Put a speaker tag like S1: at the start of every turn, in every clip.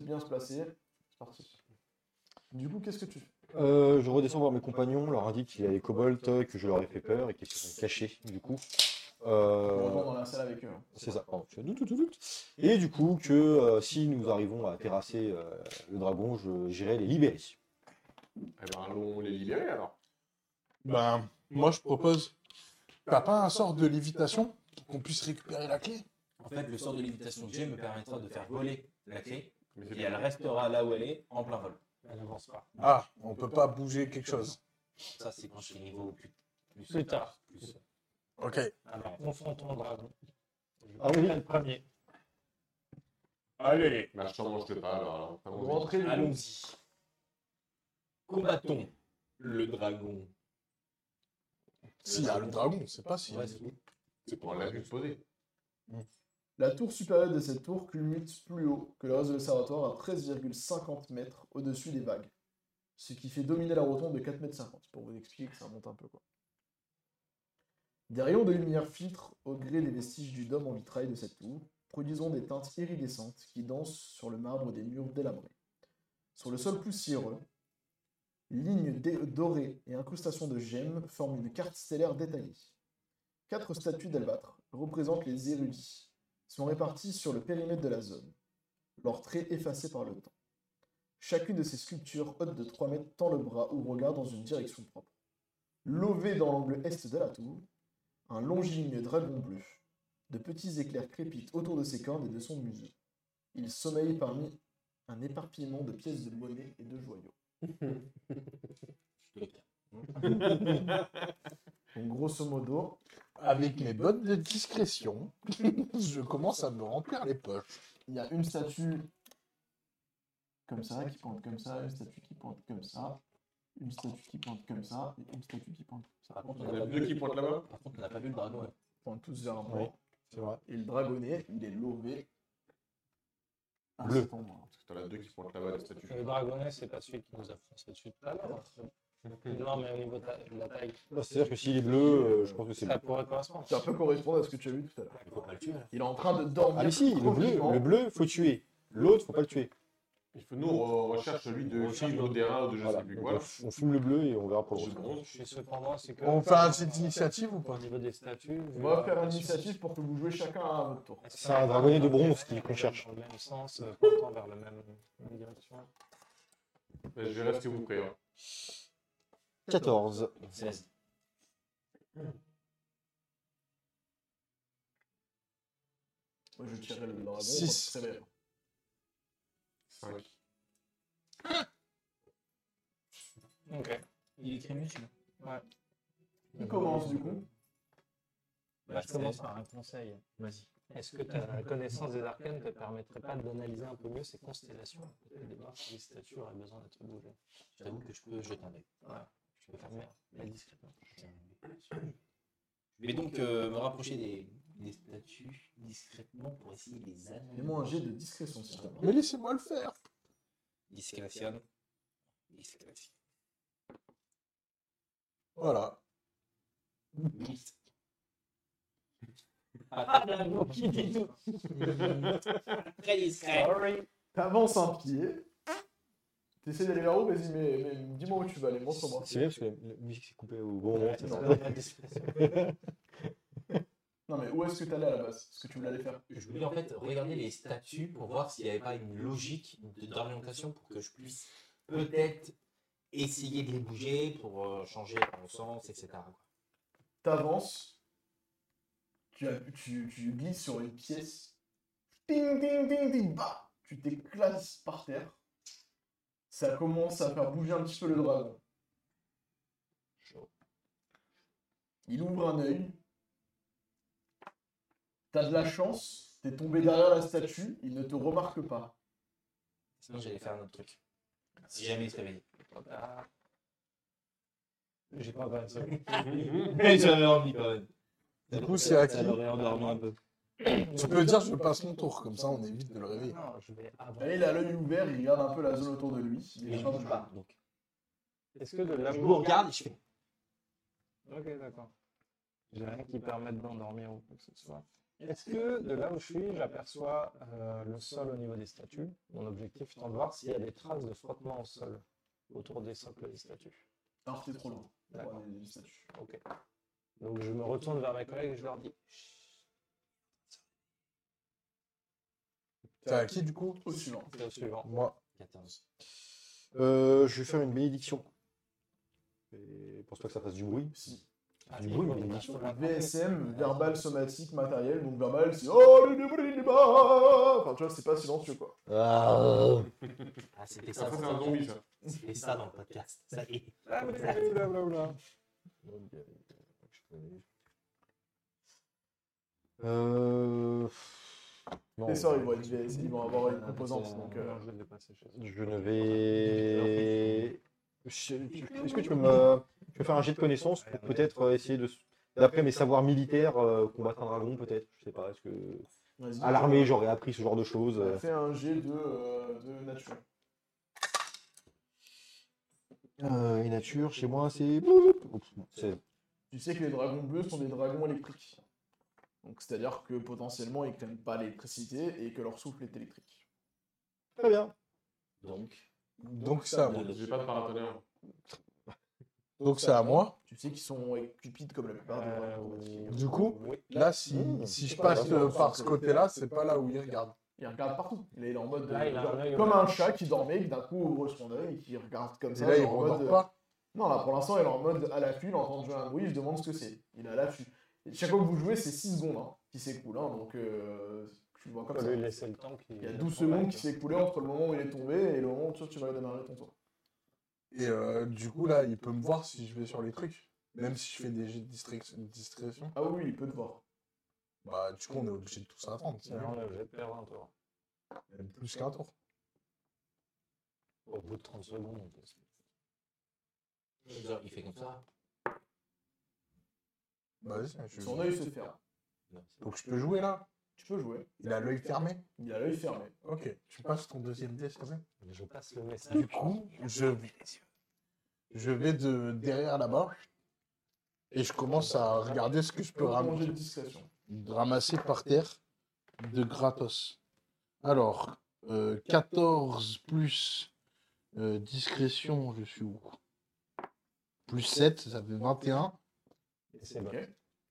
S1: bien se placer. C'est parti. Du coup, qu'est-ce que tu fais
S2: Euh, je redescends voir mes compagnons, leur indique qu'il y a des kobolds, euh, que je leur ai fait peur et qu'ils se sont cachés, du coup.
S1: On
S2: Euh,
S1: retourne dans la salle avec eux. hein.
S2: c'est ça, pardon. Je fais doute, doute, doute. Et du coup, que euh, si nous arrivons à terrasser euh, le dragon, je- j'irai les libérer.
S3: Eh ben, allons les libérer alors.
S4: Ben, moi, je propose. T'as pas un sort de lévitation pour qu'on puisse récupérer la clé
S5: En fait, le sort de lévitation que j'ai me permettra de faire voler la clé
S3: Mais c'est
S5: et elle restera là où elle est en plein vol.
S6: Elle n'avance pas.
S4: Ah, on peut pas bouger quelque chose.
S5: Ça, c'est quand je serai niveau plus, plus,
S6: Plus tard.
S5: plus.
S4: Ok.
S6: Alors, confrontons le dragon. Je
S2: Ah oui.
S6: vais le premier.
S3: Allez Bah, je t'en mange pas alors. alors. Enfin, on
S1: Vous
S3: dit-
S1: rentrez du coup.
S5: Allons-y. Combattons le dragon.
S4: S'il y a le dragon, c'est pas si.
S5: Ouais, c'est tout.
S3: C'est pour la juste poser.
S1: La tour supérieure de cette tour culmine plus haut que le reste de l'observatoire à 13,50 mètres au-dessus des vagues. Ce qui fait dominer la rotonde de 4,50 mètres, pour vous expliquer que ça monte un peu. Quoi. Des rayons de lumière filtrent au gré des vestiges du dôme en vitrail de cette tour, produisant des teintes iridescentes qui dansent sur le marbre des murs délabrés. Sur le sol poussiéreux, lignes dé- dorées et incrustations de gemmes forment une carte stellaire détaillée. Quatre statues d'albâtre représentent les érudits, sont répartis sur le périmètre de la zone, leurs traits effacés par le temps. Chacune de ces sculptures hautes de 3 mètres tend le bras ou regarde dans une direction propre. Lové dans l'angle est de la tour, un longiligne dragon bleu, de petits éclairs crépitent autour de ses cornes et de son museau. Il sommeille parmi un éparpillement de pièces de monnaie et de joyaux. Donc grosso modo,
S4: Avec mes bottes de discrétion, je commence à me remplir les poches.
S1: il y a une statue comme ça, qui pointe comme ça, une statue qui pointe comme ça, une statue qui pointe comme ça, et une statue qui pointe comme ça.
S5: Par contre,
S3: Il y en
S5: on n'a
S3: a
S5: pas
S3: deux
S5: vu,
S3: qui pointent là-bas
S5: par contre, on n'a pas vu le dragon. ouais.
S1: Ils pointent tous vers un
S2: Oui.
S1: point.
S4: C'est vrai.
S1: Et le dragonnet, il est lové. à
S2: Bleu.
S1: cet endroit.
S3: Parce que t'en as deux qui pointent là-bas, les statues.
S6: Le dragonnet, c'est pas celui qui nous a foncé dessus tout à l'heure.
S5: Hmm.
S6: Non, mais au niveau de la- de la taille,
S2: Là, Bah, C'est-à-dire que s'il est bleu, euh, je pense que c'est
S6: ça
S2: bleu.
S6: pourrait correspondre.
S1: Ça peut correspondre à ce que tu as vu tout à l'heure.
S5: Il faut pas le tuer. là.
S1: Il est en train de dormir.
S2: Ah, mais si, le bleu,
S1: tranquillement.
S2: le bleu, faut tuer. L'autre, faut pas le tuer.
S3: Il faut nous on recherche celui de
S5: Recherche
S3: Chine, ou d'Era ou de je
S2: Voilà.
S3: sais plus
S2: Donc,
S3: quoi.
S2: on f- On fume le bleu et on verra pour
S3: Je
S2: le
S3: bronze.
S6: Je suis cependant, c'est que.
S4: On fait un site d'initiative ou
S6: Au
S4: pas
S6: niveau des statuts. je
S1: On va
S6: vois
S1: faire
S6: pas
S1: une
S6: si-
S1: initiative pour que vous jouez chacun à votre tour.
S6: Est-ce que
S2: C'est un dragonnet de bronze qui-
S6: dragonnet
S2: qu'on cherche.
S6: Dans le même sens, euh, pointant vers la même, même direction.
S3: Bah, Je vais rester vous près. hein.
S2: 14.
S5: 16.
S1: Moi, je tirerai le dragon.
S4: Six.
S1: parce que c'est meilleur.
S3: Cinq.
S6: Ok.
S5: Il est crémeux celui-là.
S1: Il commence du coup.
S6: Bah, je
S5: c'est-
S6: commence par un conseil.
S5: Vas-y.
S6: Est-ce que ta connaissance des arcanes te permettrait pas d'analyser un peu mieux ces constellations Peut-être des marques sur les statues auraient besoin d'être bougées.
S5: Je t'avoue que je peux jeter un œil.
S6: Ouais.
S5: Je peux faire
S6: Merde.
S5: ça, mais discrètement. Je vais donc euh, me rapprocher des, des statues discrètement pour essayer de les analyser.
S1: Fais-moi un jet de discrétion, s'il te plaît.
S4: Mais laissez-moi le faire.
S5: Discrétion. Discrétion.
S4: Voilà.
S5: Huit. Ah,
S6: non, qui dit tout
S5: très discret.
S1: T'avances un pied. T'essaies d'aller vers où Vas-y, mais, mais dis-moi où tu vas aller. Montre moi.
S2: C'est bien parce que la la musique s'est coupée au bon moment.
S6: Ouais,
S2: c'est
S6: non,
S2: ça.
S6: la discrétion.
S1: Non, mais où est-ce que t'allais à la base Est-ce que tu voulais aller faire
S5: Je voulais en fait regarder les statues pour voir s'il n'y avait pas une logique de- d'orientation pour que je puisse peut-être essayer de les bouger pour euh, changer mon sens, etc.
S1: T'avances. Tu, as- tu, tu glisses sur une pièce. Ding, ding, ding, ding, bah Tu t'éclates par terre. Ça commence à faire bouger un petit peu le dragon. Il ouvre un œil. T'as de la chance. T'es tombé derrière la statue. Il ne te remarque pas.
S5: Sinon, j'allais faire un autre truc. Si jamais il se réveillait.
S6: Ah. J'ai pas 20 secondes.
S5: Mais j'avais envie quand même.
S4: Du coup, c'est à qui
S5: Ça l'aurait endormi un peu.
S4: Tu peux dire je passe mon tour, comme ça on évite de le réveiller.
S6: Non, je vais avant.
S1: Là, il a l'œil ouvert. Il regarde un peu la zone autour de lui. Il est
S5: Mais je
S1: pas
S5: bouge pas. Donc,
S6: Est-ce que de la
S5: je vous regarde et je fais.
S6: Ok, d'accord. J'ai rien qui permette d'endormir ou quoi que ce soit. Est-ce que de là où je suis, j'aperçois euh, le sol au niveau des statues Mon objectif étant de voir s'il y a des traces de frottement au sol autour des socles des statues.
S1: Alors t'es trop loin. pour
S6: D'accord.
S1: analyser les statues.
S6: Ok. Donc je me retourne vers mes collègues et je leur dis
S4: T'es à qui du coup
S1: Au suivant.
S6: c'est au suivant.
S4: Moi.
S5: 14.
S2: Euh, je vais faire une bénédiction. Et pense pas que ça fasse du bruit.
S6: Ah,
S2: Du bruit,
S6: il faut
S2: mais
S6: que
S2: bien
S6: je
S2: sûr.
S6: trouve un
S1: VSM, verbal, somatique, matériel. Donc verbal, c'est oh le débat, le débat Enfin tu vois, c'est pas silencieux quoi.
S2: Ah.
S5: Ah, c'était
S3: Ça,
S5: ça.
S3: ça, c'est
S5: dans
S3: un
S5: le
S3: zombie,
S5: podcast.
S3: ça.
S5: C'était ça dans le podcast. Ça y est.
S6: Ah, oui, blablabla.
S2: Euh... Non,
S1: Les sorts, ils
S2: bah,
S1: vont, être VSM, ils vont avoir une composante.
S6: C'est
S1: Donc,
S6: un
S1: euh,
S6: jeu de passer chez eux.
S2: Je ne vais. Je- Est-ce que tu peux me. Je vais faire un jet de connaissances pour peut-être euh, essayer de. s- D'après mes savoirs militaires, euh, combattre un dragon peut-être. Je sais pas. Est-ce que.
S1: vas-y.
S2: À l'armée, j'aurais appris ce genre de choses. euh.
S1: Fais un jet de, euh, de nature.
S2: Euh, et nature, chez moi, c'est. C'est-
S1: Tu sais que les dragons bleus sont des dragons électriques. Donc c'est-à-dire que potentiellement ils craignent pas l'électricité et que leur souffle est électrique.
S2: Très bien.
S5: Donc,
S4: Donc c'est à moi.
S3: J'ai pas de paratonnerre.
S4: Donc c'est à moi.
S1: Tu sais qu'ils sont euh, cupides comme la plupart des
S6: Euh,
S1: dragons.
S6: oui.
S4: Du coup,
S6: Oui.
S4: Là, si,
S2: Mmh.
S4: si je passe euh, par ce côté-là, c'est pas là où il regarde.
S1: Il regarde partout. Il est en mode
S6: Là,
S1: euh,
S6: il a
S1: genre,
S6: un œil
S1: comme
S6: ouvert.
S1: un chat qui dormait, qui d'un coup ouvre son œil et qui regarde comme
S4: Et
S1: ça.
S4: là, il
S1: genre en
S4: rendort
S1: mode, euh,
S4: pas.
S1: Non, là pour l'instant, il est en mode à l'affût, il entend jouer un bruit, il se demande ce que c'est. Il est à l'affût. Et Chaque fois que vous jouez, c'est 6 secondes hein, qui s'écoulent. hein, donc euh, tu vois comme
S6: Faut
S1: ça.
S6: lui laisser le temps qu'il-
S1: Il y a 12 secondes qui s'est écoulé entre le moment où il est tombé et le moment où toi, tu vas démarrer ton tour.
S4: Et euh, du coup, là, il peut me voir si je vais sur les trucs. Même si je fais des jets de distraction- distraction.
S1: Ah oui, il peut te voir.
S4: Bah, du coup, on est obligé de tous attendre.
S6: Sinon, on est obligé de perdre un tour.
S4: C'est même plus qu'un tour.
S6: Au bout de 30 secondes, on peut se-
S5: genre, il fait comme ça.
S4: Bah, vas-y, je-
S1: Son œil se ferme.
S5: Non, c'est
S4: Donc, je peux jouer là.
S1: Tu peux jouer.
S4: Il a l'œil fermé.
S1: Il a l'œil fermé.
S4: Ok, tu passes ton deuxième dé, s'il te plaît.
S6: Mais Je passe le message.
S4: Du coup, je vais, je vais de derrière là-bas et je commence à regarder ce que je peux
S1: Peux manger
S4: ramasser,
S1: de discrétion.
S4: ramasser par terre de gratos. Alors, euh, 14 plus euh, discrétion, je suis où Plus 7, ça fait 21.
S6: Et c'est bon.
S1: Ok.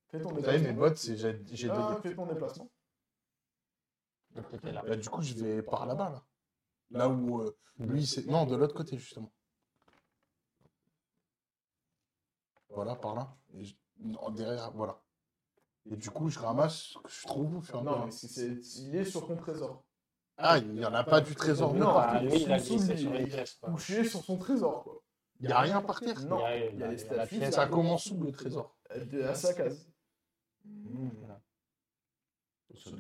S1: Fais ton
S4: Eh ben. Vous savez, mes
S1: déplacement.
S4: bottes, c'est- j'ai j'ai
S1: Ah,
S4: deux dés.
S1: fais ton déplacement.
S6: T'es là.
S4: Bah, du coup, je vais par là-bas, là. Là où euh, lui, c'est. Non, de l'autre côté, justement. Voilà, par là. Et je- non, derrière, voilà. Et du coup, je ramasse ce que je trouve au fur et à
S1: Non, mais
S4: mesure.
S1: c'est- c'est- il est sur ton trésor.
S4: Ah, il n'y en a pas du trésor
S1: Non,
S4: non,
S6: Ah,
S1: partout,
S6: lui, il a
S1: sous- sous
S6: glissé
S1: lui,
S6: sur les
S1: il est
S6: pièces. quoi.
S1: Couché sur son trésor, quoi.
S4: Il n'y a rien par terre.
S1: Non,
S6: il
S1: il y a les
S6: il la
S1: statues,
S6: pièce.
S4: Ça commence où le trésor
S1: euh, de- à sa case.
S5: Mmh,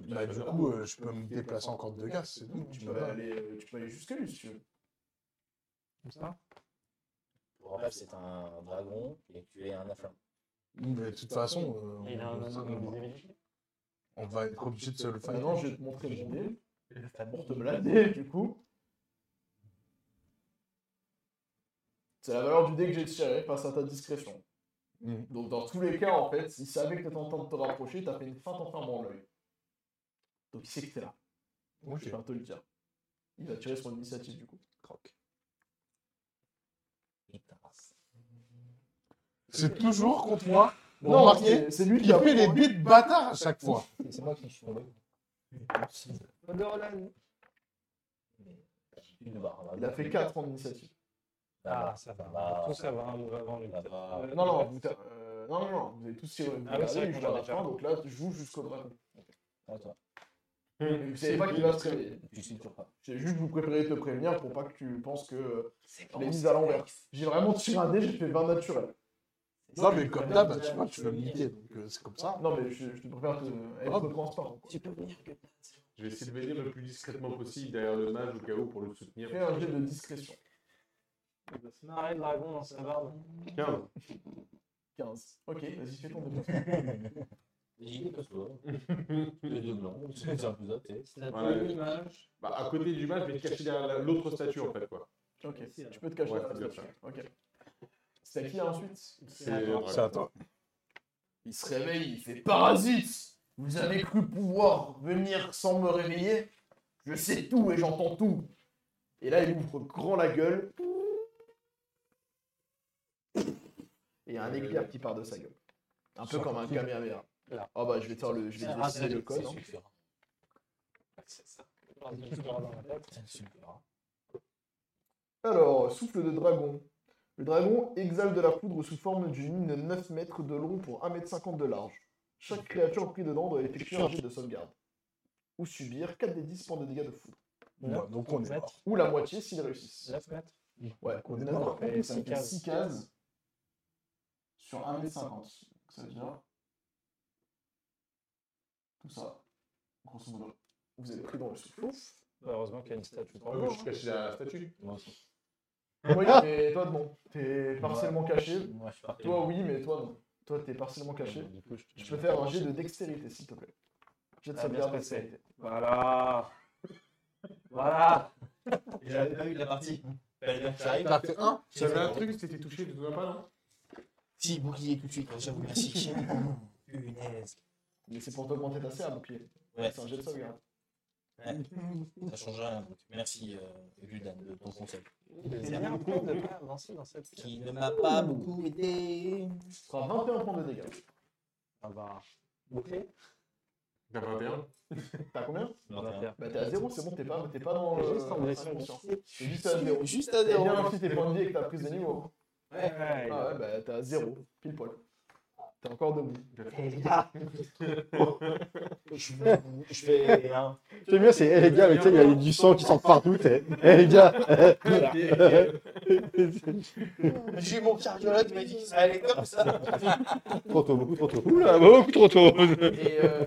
S4: Bah, du coup, euh, je peux me déplacer encore de deux cases, c'est tout.
S1: Tu peux aller, euh, tu peux aller jusqu'à lui si tu veux.
S6: Comme ça.
S5: Pour rappel, c'est un dragon et tu es un afflamme.
S4: Mais de toute façon, euh,
S6: Il a un anneau de
S4: on,
S6: visibilité.
S4: on va être obligé de se le faire.
S1: Maintenant, euh, je vais te montrer mon dé. Pour te blader, du coup. C'est la valeur du dé que j'ai tiré face à ta discrétion.
S4: Mhm.
S1: Donc, dans tous les cas, en fait, il savait que t'étais en train de te rapprocher, t'as fait une feinte en fermant l'œil. Donc, il sait que t'es là.
S4: Ok.
S1: Je viens de te le dire. Il va tirer sur l'initiative, du coup. Croc.
S4: C'est toujours contre moi.
S1: Non,
S4: Remarquez,
S1: c'est- c'est lui
S4: Il
S1: qui a
S4: fait les
S1: bits.
S4: bits de bâtard à chaque fois.
S5: C'est moi qui suis tombé. Une barre.
S1: Il a fait 4 en initiative.
S6: Ah, ça va.
S5: Bah,
S6: Tout ça va, hein, nous avons les
S5: bah,
S6: pièces.
S5: bah,
S6: Euh,
S1: Non, non, vous, t'a- euh, non, non, non, vous avez tous tiré. Vous
S6: Ah oui, c'est vrai
S1: avez
S6: qu'on
S1: joué à
S6: l'a
S1: la
S6: déjà.
S1: fin, donc là, je joue jusqu'au dragon.
S5: Attends,
S1: Mais Vous savez pas qu'il va se réveiller.
S5: tu sais toujours pas.
S1: J'ai juste vous préféré te prévenir pour pas que tu penses que euh,
S5: C'est
S1: je l'ai mise à l'envers. J'ai vraiment tiré un dé, j'ai fait 20 naturel.
S4: Non, mais comme là, bah, tu vois, tu veux me niquer, donc euh, c'est comme ça.
S1: Non, mais je, je te préfère te, être
S4: Ah, bah.
S1: transparent. Quoi.
S3: Je vais essayer de venir le plus discrètement possible derrière le mage au cas où pour le soutenir.
S1: Fais un jet de discrétion.
S6: Il va se marrer le dragon dans sa barbe.
S3: 15.
S1: 15. Ok, vas-y, fais ton déplacement.
S5: J'ai dit que toi. Les deux blancs. C'est un peu ça, tu sais.
S6: T'as
S3: Voilà.
S6: pas l'image.
S3: Bah, à côté du mage, mais caché derrière la- l'autre statue en fait. quoi.
S1: Ok, tu peux te cacher
S3: Ouais,
S1: la face
S3: c'est bien
S1: dessus. Ok. C'est à qui ensuite
S3: C'est
S4: C'est à toi.
S1: Il se réveille, il fait parasite Vous avez cru pouvoir venir sans me réveiller Je sais tout et j'entends tout. Et là, il ouvre grand la gueule. Et il y a un éclair qui part de sa gueule. Un peu comme un Kamehameha.
S6: Là.
S1: Ah bah, je vais faire le, je vais
S6: Ah,
S1: dessiner le code.
S5: C'est
S1: hein.
S5: sulfurant. C'est ça. C'est sulfurant.
S1: Alors, souffle de dragon. Le dragon exhale de la poudre sous forme d'une ligne de 9 mètres de long pour 1 mètre 50 de large. Chaque créature prise dedans doit effectuer un jet de sauvegarde. Ou subir 4 des 10 points de dégâts de foudre.
S6: Neuf
S4: donc on est
S6: mètres.
S1: Ou la moitié s'ils réussissent.
S6: 9 mètres.
S1: Ouais,
S6: on
S1: on
S6: est
S1: est
S6: mort.
S1: d'accord.
S6: Et
S1: Ça
S6: six
S1: fait
S6: cases.
S1: 6 cases sur 1 mètre 50. Donc ça veut dire... Tout ça. Grosso modo. Vous êtes pris dans le souffle.
S6: Bah, Heureusement qu'il y a une statue.
S3: Moi, je suis caché derrière la statue.
S1: Oui, mais toi non. T'es partiellement caché.
S5: Moi, je partais.
S1: Toi oui, mais toi non. Toi t'es partiellement caché. Je peux faire un jet de dextérité, s'il te plaît. Jet de
S5: Ah,
S6: Ça va bien
S1: sauvegarde
S6: se passer.
S1: dextérité.
S6: Voilà. Voilà.
S5: J'avais pas vu la partie. Fallait bien que j'arrive.
S4: T'as fait un
S3: J'avais un truc, c'était touché, tu te souviens pas, non
S5: Si, bouclier tout de suite, j'avoue, merci. Punaise.
S1: Mais c'est pour t'augmenter ta CA, bouclier.
S5: Ouais,
S1: C'est un jet de sauvegarde.
S5: ça change rien. donc Merci, euh, Guldan, de ton conseil.
S6: C'est bien pour ne pas avancer dans cette
S5: Qui ne m'a pas beaucoup aidé.
S1: Ce sera 21 points de dégâts.
S6: Ah bah. Ok.
S3: T'as 21
S1: T'as combien
S5: Non, t'as rien.
S1: Bah t'es à 0, c'est bon, t'es pas, t'es pas dans le.
S6: Juste en blessure.
S1: T'es juste
S2: Euh,
S1: à 0.
S5: Juste à
S1: T'as
S5: zéro.
S1: bien rempli tes points de vie et que t'as pris de niveau.
S6: Ouais.
S1: Ah ouais, bah t'es à 0, pile poil. T'es encore debout.
S5: Et là, je vais. Je vais hein.
S2: J'aime bien, c'est Eh les gars, mais tu sais, il y a du sang qui sort partout. t'es, Eh les gars
S5: J'ai eu mon
S6: Ah,
S5: cardiologue qui m'a dit que ça allait comme ça.
S2: Trop tôt, beaucoup trop tôt. Oula, bah, beaucoup trop tôt
S1: Et euh,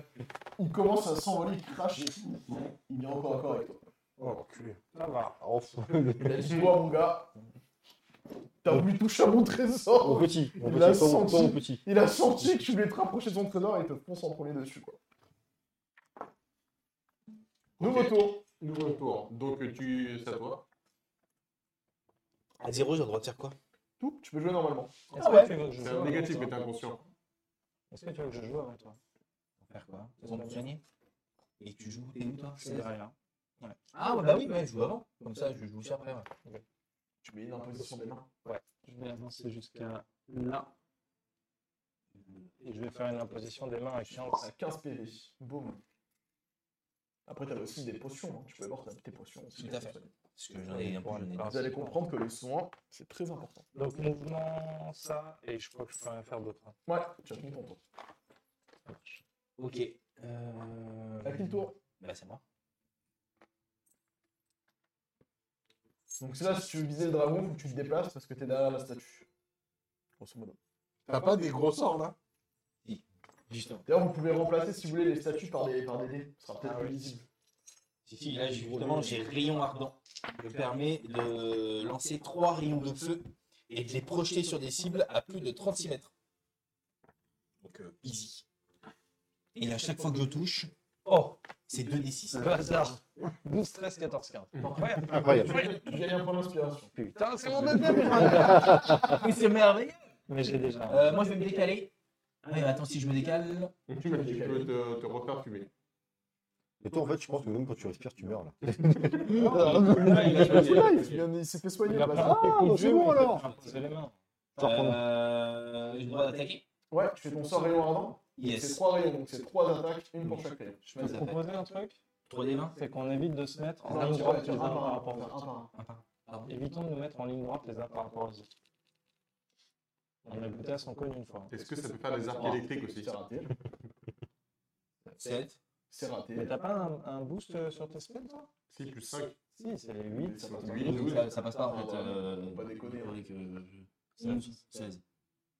S1: il commence à s'envoler, il crache. et Il est encore d'accord avec toi.
S6: Ça va.
S1: Il a dit toi mon gars, t'as voulu toucher à mon
S2: Mon
S1: trésor.
S2: petit, mon
S1: Il l'a
S2: petit, pas mon-
S1: senti.
S2: pas mon petit.
S1: Il a senti que tu voulais te rapprocher de son trésor et il te fonce en premier dessus quoi. Nouveau tour.
S3: Nouveau tour. Donc, euh, tu. C'est à toi.
S5: À zéro, j'ai le droit de faire quoi
S1: Tout, tu peux jouer normalement.
S6: Est-ce que tu veux que je
S3: C'est
S6: joue
S3: un
S6: avec
S3: négatif, mais t'es
S6: toi
S3: inconscient.
S6: Est-ce que tu veux que je joue avec toi
S5: Faire quoi Ils ont pu gagner. Et tu joues, t'es où toi
S6: Je suis derrière.
S5: Ah, ouais, bah oui, ouais, je joue avant. Comme ça, je joue aussi après. ouais.
S1: Tu mets une imposition des mains.
S6: Je vais avancer jusqu'à là. Et je vais faire une imposition des mains à 15.
S1: À 15 PV. Boum. Après t'avais aussi des potions, hein. tu pouvais voir tes potions aussi.
S5: Tout à fait. Parce que j'en ai un peu. j'en ai-
S1: Vous allez comprendre que le soin, c'est très important.
S6: Donc mouvement, ça, et je crois que je peux rien faire d'autre. hein.
S1: Ouais, tu as fini ton tour.
S5: Ok. Euh...
S1: À qui le tour
S5: Bah, c'est moi.
S1: Donc c'est là, si tu veux viser le dragon, faut que tu te déplaces parce que t'es derrière la statue. Grosso modo.
S4: T'as pas des gros sorts là
S5: Justement.
S1: D'ailleurs, vous pouvez remplacer, si vous voulez, les statues par des, par des dés. Ce sera peut-être
S6: Ah
S1: plus
S6: oui.
S1: visible.
S5: Si, si, là, j'ai- justement, j'ai rayon ardent. Je me permet de lancer trois rayons de feu et de les projeter sur des cibles à plus de 36 mètres. Donc, euh, easy. Et à chaque fois que je touche,
S6: Oh,
S5: c'est 2d6.
S6: le hasard 12, 13, 14, 15. Incroyable
S2: Incroyable.
S1: Tu gagnes un point d'inspiration.
S6: Putain, c'est mon
S5: Mais Ah, c'est merveilleux.
S6: Mais j'ai déjà. un.
S5: Euh, moi, je vais me décaler. Ah, mais attends, si je me décale.
S3: Tu peux te te refaire fumer.
S2: Et toi, en fait, je pense que même quand tu respires, tu meurs là.
S6: Là, il a joué.
S1: Il s'est fait soigner.
S6: Il a
S1: bah,
S6: pas
S1: ça.
S6: marqué coup de
S2: bah,
S6: jeu,
S2: c'est bon,
S6: mais il a
S2: alors.
S6: fait imposer les mains.
S5: Euh, j'ai le droit d'attaquer.
S1: Ouais, tu fais ton sort rayon ardent. C'est
S5: Yes.
S1: 3 rayons, donc c'est 3 attaques, une pour chaque rayon.
S6: Je peux te proposer un truc
S5: 3d20.
S6: C'est qu'on évite de se mettre en
S1: Ah, Non,
S6: ligne
S1: tu vas-
S6: droite
S1: tu
S6: les uns
S1: vas- un par
S6: par
S1: un,
S6: rapport
S1: un
S6: aux
S1: par
S6: autres.
S1: un.
S5: Pardon.
S6: Évitons de nous mettre en ligne droite les uns par rapport aux autres. On a goûté à son code une fois.
S3: Est-ce que ça peut faire des arcs électriques aussi
S1: C'est raté.
S5: 7.
S1: C'est raté.
S6: Mais t'as pas un, un boost euh, sur tes spells, toi
S3: Si, plus 5.
S6: Si, c'est les 8.
S1: Ça passe pas.
S3: Oui, douze.
S5: Ça, ça passe pas en fait.
S1: Ouais,
S5: euh,
S1: on va déconner, hein.
S5: avec, euh, 16. 16.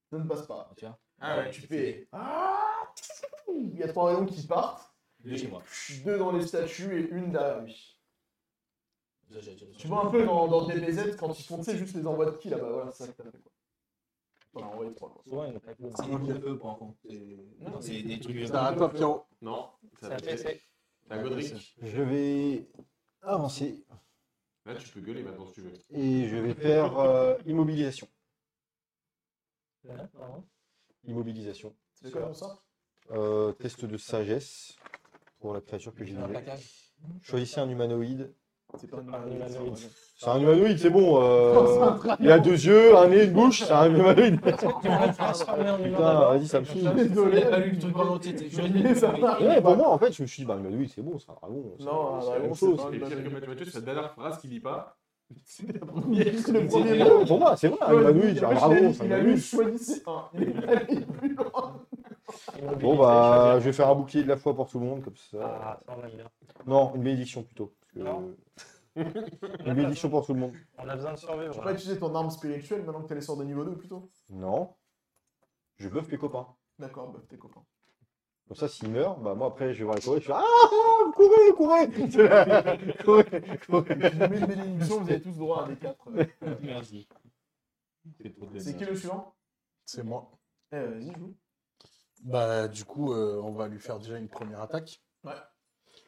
S1: Ça ne passe pas.
S5: Tu vois
S3: Ah ouais.
S1: Tu fais. Ah Il y a 3 rayons qui partent.
S5: De chez moi.
S1: Deux dans les statues et une derrière lui.
S5: Ça, j'ai- j'ai-
S1: Tu vois un peu dans, dans DBZ quand ils font, tu sais, juste les envois de qui là-bas. Voilà, c'est ça que t'as fait quoi. Enfin, envoyer de 3 quoi.
S6: Souvent, il nous claque le
S5: C'est des trucs de feu, par contre. C'est-
S1: Non,
S5: non, C'est des trucs. euh,
S4: Ça arrête pas, Pierrot.
S3: Non, ça
S6: C'est un
S3: va passer.
S6: PC.
S3: T'as Godric.
S2: Je vais avancer
S3: Là, tu peux gueuler maintenant si tu veux.
S2: et je vais faire euh, immobilisation.
S6: Ouais, non.
S2: Immobilisation.
S1: C'est quoi ton sort
S2: Euh, test de sagesse pour la créature que j'ai
S5: Un
S2: nommée.
S5: plaquage.
S2: Choisissez un humanoïde.
S1: C'est pas
S6: Ah,
S1: une
S6: la nourriture.
S2: C'est un humanoïde, c'est bon. euh, il a deux yeux, un nez, une bouche, c'est un humanoïde. Putain, vas-y, ça me saoule.
S1: Désolé.
S5: Pas lu le truc pendant l'entièreté, j'aurais dû
S1: Mais ça
S5: le
S1: va.
S5: faire.
S2: Ouais, pour moi, en fait, je me suis dit, bah, humanoïde, c'est bon, c'est un dragon. c'est-
S1: Non, un
S2: c'est la
S1: dragon,
S2: même
S1: c'est
S2: chose.
S1: pas-
S3: Et pire que Mathieu Mathieu, c'est la dernière phrase qu'il dit pas. C'est la
S1: Il
S3: première.
S1: le premier
S2: Non,
S1: mot.
S2: pour moi, c'est vrai, un humanoïde, c'est un dragon, c'est un
S1: Il a lu,
S2: humanoïde.
S1: choisissez un. Il est allé plus loin.
S2: Bon, bah, je vais faire un bouclier de la foi pour tout le monde, comme ça.
S6: Ah, ça, on aime bien.
S2: Non, une bénédiction plutôt. parce que-
S6: Non.
S2: Une bénédiction pour tout le monde.
S6: On a besoin de survivre.
S1: Tu peux pas utiliser ton arme spirituelle maintenant que t'as les sorts de niveau 2 plutôt
S2: Non. Je buff les copains.
S1: D'accord, bah tes copains.
S2: Comme ça, s'il meurt, bah moi après, je vais voir les courir, je fais Ah ah, Courez, courez Courez,
S1: Mais
S2: courez.
S1: je vous mets une bénédiction, vous avez tous droit à un des quatre.
S5: Merci.
S1: C'est qui le suivant
S4: C'est moi.
S1: Eh, vas-y, joue.
S4: Bah, du coup, euh, on va lui faire déjà une première attaque.
S1: Ouais.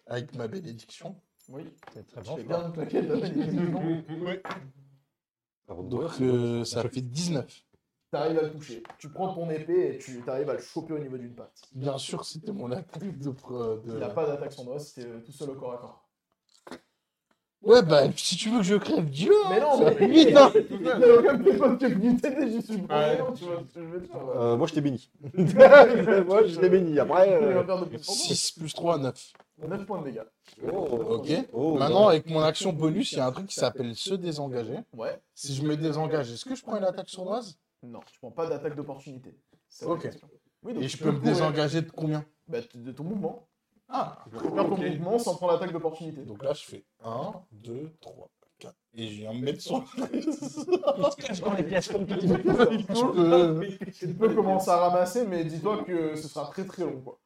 S4: Avec ma bénédiction.
S1: Oui.
S6: C'est très
S1: Ah Je
S6: bon.
S1: fais bien une claquette de bénédiction.
S4: Donc, euh, ça fait 19.
S1: T'arrives à le toucher. Tu prends ton épée et tu t'arrives à le choper au niveau d'une patte.
S4: Bien sûr, c'était mon attaque de. pro- de-
S1: Il n'a pas d'attaque sans doigt, c'était euh, tout seul au corps à corps.
S4: Ouais, bah, si tu veux que je crève, dis-le
S2: Ah,
S1: Mais non, mais
S4: Vite, hein
S1: Mais aucun des potes que tu t'aider, je suis pas tu vois ce que je veux dire. ouais.
S2: Euh, moi, je t'ai béni. moi, je t'ai béni. Après.
S1: Il va
S2: euh,
S1: faire de plus en plus.
S4: 6 plus 3, 9.
S1: 9 points de dégâts.
S2: oh,
S4: Ok.
S2: oh,
S4: Maintenant, avec mon action bonus, il y a un truc qui s'appelle se désengager.
S1: Ouais.
S4: Si je me désengage, est-ce que je prends une attaque sournoise
S1: Non, tu prends pas d'attaque d'opportunité. C'est
S4: Ok.
S1: la question. Oui, donc
S4: Et
S1: tu
S4: je peux me
S1: courir.
S4: désengager de combien
S1: Bah, t- de ton mouvement.
S4: Ah
S1: Tu peux faire ton mouvement sans prendre l'attaque d'opportunité.
S4: Donc là, je fais 1, 2, 3, 4. Et j'ai un mètre sur
S1: Tu peux commencer à ramasser, mais dis-toi que ce sera très très long. Quoi.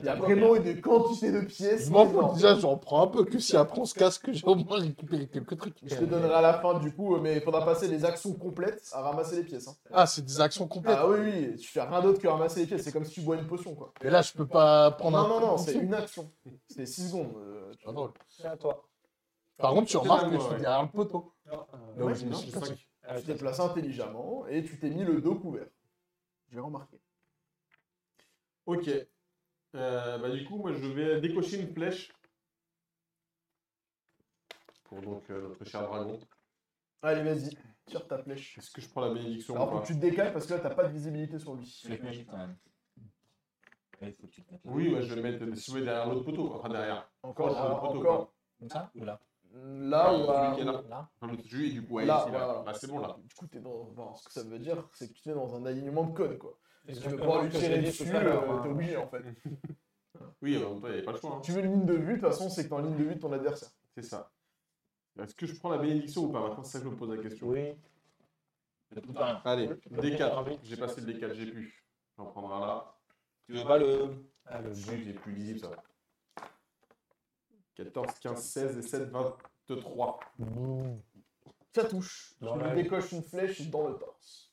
S1: Il y a vraiment une quantité de pièces.
S4: Je Ah, m'en fous,
S1: énorme.
S4: déjà j'en prends un peu, que si après on se casse, que j'ai au moins récupéré quelques trucs.
S1: Je te donnerai à la fin du coup, mais il faudra passer les actions complètes à ramasser les pièces. hein.
S4: Ah, c'est des actions complètes.
S1: Ah oui, oui, tu fais rien d'autre que ramasser les pièces, c'est comme si tu bois une potion quoi.
S4: Et là, je peux pas prendre
S1: Non,
S4: un. Ah,
S1: non, non, c'est une action. C'est 6 secondes. euh, tu-
S4: Pas drôle.
S6: C'est à toi.
S4: Par contre, tu
S3: C'est à
S4: remarques que je
S3: moi,
S4: suis
S3: ouais.
S4: derrière le poteau. Là où
S1: Ouais,
S4: je me
S1: non, euh,
S4: suis
S1: c'est
S4: caché.
S6: Ah,
S1: Tu t'es placé intelligemment et tu t'es mis le dos couvert. J'ai remarqué.
S3: Ok. Euh, bah, du coup, moi, je vais décocher une flèche. Pour donc euh, notre cher dragon.
S1: Allez, vas-y, tire ta flèche.
S3: Est-ce que je prends la bénédiction
S1: Alors
S3: ou
S1: faut
S3: pas
S1: que tu te décales parce que là t'as pas de visibilité sur lui.
S5: Je l'ai pris, quand même. Ouais, faut que tu te mettes là.
S3: Oui, ouais, je vais mettre des souhaits derrière l'autre poteau. Enfin, derrière.
S1: Encore,
S3: Encore,
S1: alors,
S3: photo,
S1: encore.
S5: Comme ça Ou là
S1: Là, on
S3: Celui qui est
S1: va.
S3: là.
S5: Là
S3: Enfin, l'autre jus, et du coup, ouais,
S1: Là,
S3: ici, là.
S1: voilà.
S3: Bah, c'est bon, là.
S1: Du coup, t'es dans. enfin, ce que ça veut dire, c'est que tu es dans un alignement de code quoi. Si tu veux
S6: Exactement
S1: pouvoir lui
S6: ce que j'ai
S1: tirer
S6: dit
S1: dessus,
S6: tout à l'heure,
S1: euh,
S6: hein.
S1: t'es obligé en fait.
S3: Oui, en même temps, il n'y avait pas le choix. hein.
S1: Tu veux une ligne de vue, de toute façon, c'est que t'es en ligne de vue de ton adversaire.
S3: C'est ça. Est-ce que je prends la bénédiction ou pas Maintenant, c'est ça que je me pose la
S1: euh,
S3: question.
S6: Oui.
S5: Ça coûte rien.
S3: Allez,
S6: Ah oui.
S3: D4. J'ai passé le D4, j'ai pu. J'en prendrai un là.
S5: Tu veux pas le.
S6: Ah, le
S3: J'ai j'ai plus lisible, ça va. 14, 15, 16 et 7, 23.
S1: Ça touche.
S6: Dans
S1: tu
S6: la-
S1: lui décoches une flèche dans le torse.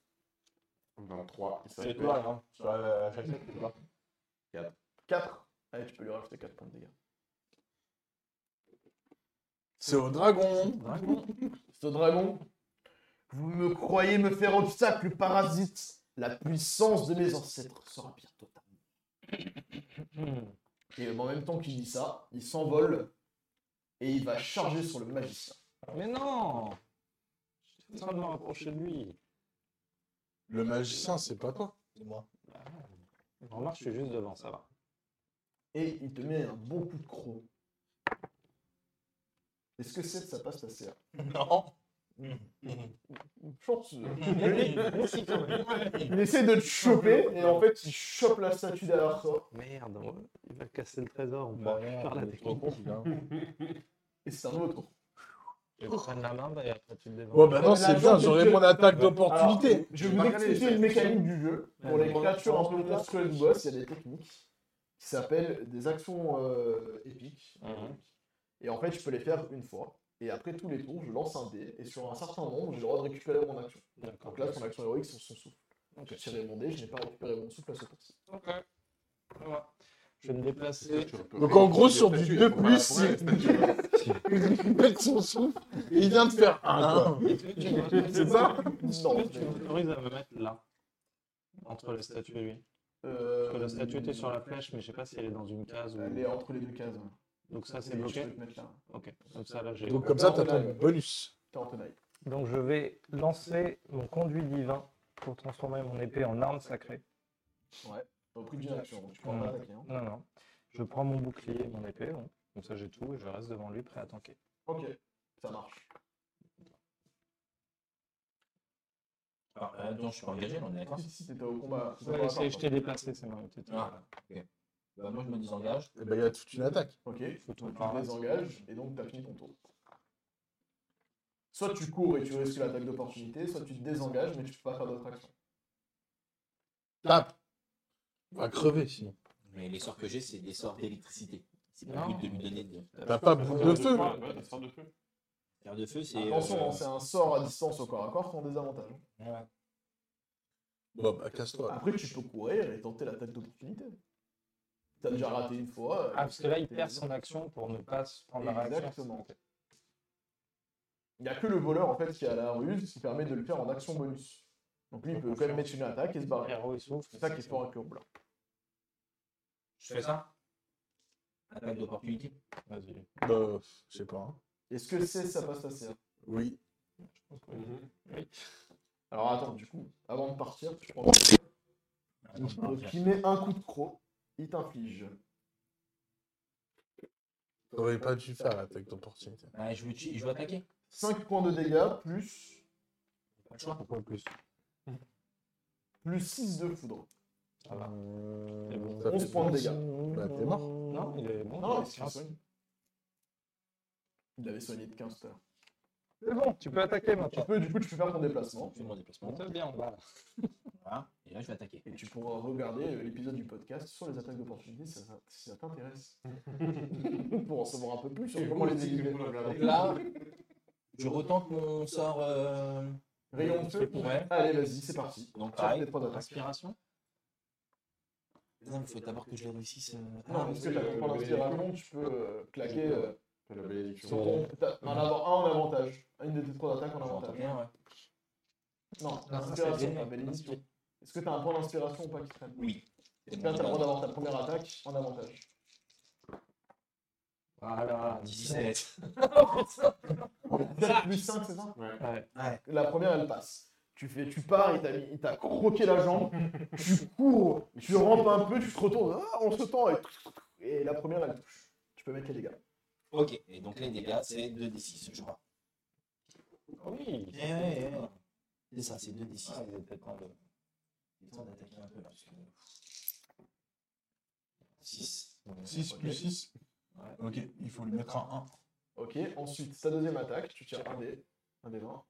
S3: 23. Et ça
S6: C'est
S3: fait
S6: toi, hein. Tu vas euh, rester, tu vois.
S1: 4. Allez, tu peux lui rajouter 4 points de dégâts.
S4: C'est au dragon
S1: Ce dragon, vous me croyez me faire obstacle, parasite. La puissance de mes ancêtres sera bientôt à
S6: Hmm.
S1: Et en même temps qu'il dit ça, il s'envole et il va charger sur le magicien.
S6: Mais non Je suis en train de me rapprocher de lui.
S4: Le magicien, c'est pas toi.
S5: C'est moi.
S6: Ah. Remarque, je suis juste devant, ça va.
S1: Et il te met un bon coup de croc. Est-ce que 7, ça passe ta CA
S5: Non
S1: Chanceux.
S5: Merde
S1: Il essaie de te choper et en fait, il chope la statue derrière toi.
S6: Merde, ouais, il va casser le trésor.
S4: Bah,
S6: par la
S4: il est trop con, celui-là.
S1: Et c'est un autre tour.
S6: Je vais prendre la main et après tu le dévends.
S4: Ouais, bah non,
S1: Mais
S4: c'est
S1: la
S4: bien,
S1: chance,
S4: j'aurai
S1: c'est
S4: mon attaque
S1: Alors,
S4: d'opportunité.
S1: je vais vous expliquer une mécanique du jeu. Pour les
S6: Ouais.
S1: créatures un peu monstrueuses du boss, il y a des techniques qui s'appellent des actions euh, épiques.
S6: Mhm.
S1: Et en fait, je peux les faire une fois. Et après tous les tours, je lance un dé. Et sur un certain nombre, j'ai le droit de récupérer mon action.
S6: D'accord.
S1: Donc là, son action héroïque, c'est son souffle.
S6: Ok.
S1: J'ai tiré mon dé, je n'ai pas récupéré mon souffle à ce tour-ci.
S6: Ok. Ça va. Je vais me déplacer.
S4: Donc en gros, sur du 2 plus, il récupère son souffle et il vient de faire un. quoi.
S6: Est-ce que tu m'autorises-
S4: C'est ça
S6: est-ce
S1: Non,
S6: que tu m'autorises à me mettre là Entre la statue et lui.
S1: Euh,
S6: Parce que la statue était sur la flèche, mais je sais pas si elle est dans une case ou.
S1: Elle est entre les deux cases.
S6: Donc ça, c'est
S1: Oui,
S6: bloqué.
S1: Je peux te mettre là.
S6: Ok. Comme ça, là, j'ai.
S4: Donc comme ça,
S1: Là, on
S4: t'as
S1: a-
S4: ton bonus.
S1: T'es en tenaille.
S6: Donc je vais lancer mon conduit divin pour transformer mon épée en arme sacrée.
S1: T'as pris une action, donc tu peux
S6: Ouais.
S1: pas attaquer. hein.
S6: Non, non. Je prends mon bouclier et mon épée. bon. Comme ça, j'ai tout et je reste devant lui prêt à tanker.
S1: Ok, ça marche.
S5: Ah, euh, non, je suis pas engagé, là, on est d'accord.
S1: Ah, Si, si, t'étais au combat. t'étais au
S6: Ouais,
S1: combat
S6: c'est-
S1: fort,
S6: je t'ai déplacé, c'est moi.
S5: Ah, ok. Bah, moi, je me désengage.
S4: Eh ben, il y a toute une attaque.
S1: Ok,
S6: Faut tout
S1: donc tu
S6: faire.
S1: te désengages et donc tu as fini ton tour. Soit tu cours et tu risques l'attaque d'opportunité, soit tu te désengages mais tu peux pas faire d'autre action.
S4: Tape. Va crever sinon.
S5: Mais les sorts que j'ai, c'est des sorts d'électricité. C'est pas
S6: Non.
S5: le but de lui donner de
S4: T'as pas boule de feu.
S3: Ouais, ouais, la sorte de feu.
S5: faire de feu. C'est
S1: Attention,
S5: euh,
S1: hein, c'est un sort à distance au corps à corps sans désavantage.
S4: Bon, bah casse-toi.
S1: Après, tu peux courir et tenter l'attaque d'opportunité. T'as déjà raté une fois. euh,
S6: Ah, parce que là, il
S1: t'es-
S6: perd son action pour ne pas se prendre la réaction.
S1: Exactement. Il n'y a que le voleur en fait qui a la ruse qui permet de le faire en action bonus. Donc lui, il peut quand même mettre une attaque et se
S6: Le
S1: barrer.
S6: héros, il souffre.
S1: C'est ça qui est fort avec le blanc.
S5: Je fais ça Attaque d'opportunité.
S6: Vas-y.
S4: Bah, je sais pas. hein.
S1: Est-ce que c'est ça passe passer
S4: Oui.
S3: Mhm.
S1: Alors attends, du coup, avant de partir, tu prends.
S5: Attaque
S1: Donc
S5: d'opportunité.
S1: il met un coup de croc, il t'inflige.
S4: T'aurais pas dû faire l'attaque d'opportunité.
S5: Ah, je, veux tu- je veux attaquer.
S1: 5 points de dégâts, plus,
S5: Pas le choix.
S6: Pourquoi plus
S1: plus 6 de foudre.
S6: Ça va.
S4: Euh,
S6: C'est bon.
S4: ça fait
S1: 11 points de dégâts.
S4: Bah, t'es mort.
S6: Non, il est bon.
S1: Non, non,
S6: il est
S1: il s'est
S6: science.
S1: soigné. Il l'avait soigné de 15 heures.
S6: C'est bon, tu peux attaquer
S1: Tu
S6: maintenant.
S1: peux, du coup, tu peux faire ton déplacement.
S5: Je fais mon déplacement.
S6: C'est bien, voilà.
S5: Voilà. Et là, je vais attaquer.
S1: Et tu pourras regarder euh, l'épisode du podcast sur les attaques d'opportunité si ça, si ça t'intéresse. Pour en savoir un peu plus sur
S3: Et
S1: comment
S3: vous
S1: les
S3: aussi,
S1: éliminer.
S3: vous le regardez.
S5: Donc là, je retente mon sort. euh,
S1: Rayon de feu.
S5: Ouais.
S1: Allez, vas-y, c'est parti.
S5: Donc,
S1: Tire
S5: pareil.
S1: les trois attaques.
S5: Inspiration. Non, mais il faut d'abord que je les réussisse. euh,
S1: Non,
S5: ah,
S1: parce que
S3: oui,
S1: t'as
S3: euh,
S1: pour
S3: le
S1: l'inspiration, tu peux euh, claquer euh,
S3: T'as la bénédiction.
S1: sur ton. t'as- En avoir un en avantage. Une de tes trois attaques en
S5: j'entends
S1: avantage.
S5: bien, ouais.
S1: Non,
S6: ça, c'est
S1: l'inspiration,
S6: bien.
S1: pas bénédiction. Est-ce que t'as un point d'inspiration ou pas qui traîne
S5: Oui.
S1: Et bien, t'as le droit d'avoir ta première attaque en avantage.
S6: Voilà.
S5: 17.
S1: 7 plus 5, c'est ça
S3: Ouais.
S6: Ouais.
S1: La première, elle passe. Tu, fais, tu pars, il t'a mis- il t'a croqué la jambe, tu cours, tu rampes un peu, tu te retournes, ah, on se tend, et, et la première, elle touche. Tu peux mettre les dégâts.
S5: Ok. Et donc, les dégâts, c'est 2d6, je crois.
S6: Oui.
S5: Eh ouais, ouais. C'est ça, c'est 2d6. Ah, temps de... Il est temps d'attaquer un peu, là, parce que... 6.
S4: 6 plus 6. Ok, il faut lui mettre un
S1: Ok, ensuite, ta deuxième attaque, tu tires un dé, un dé 20.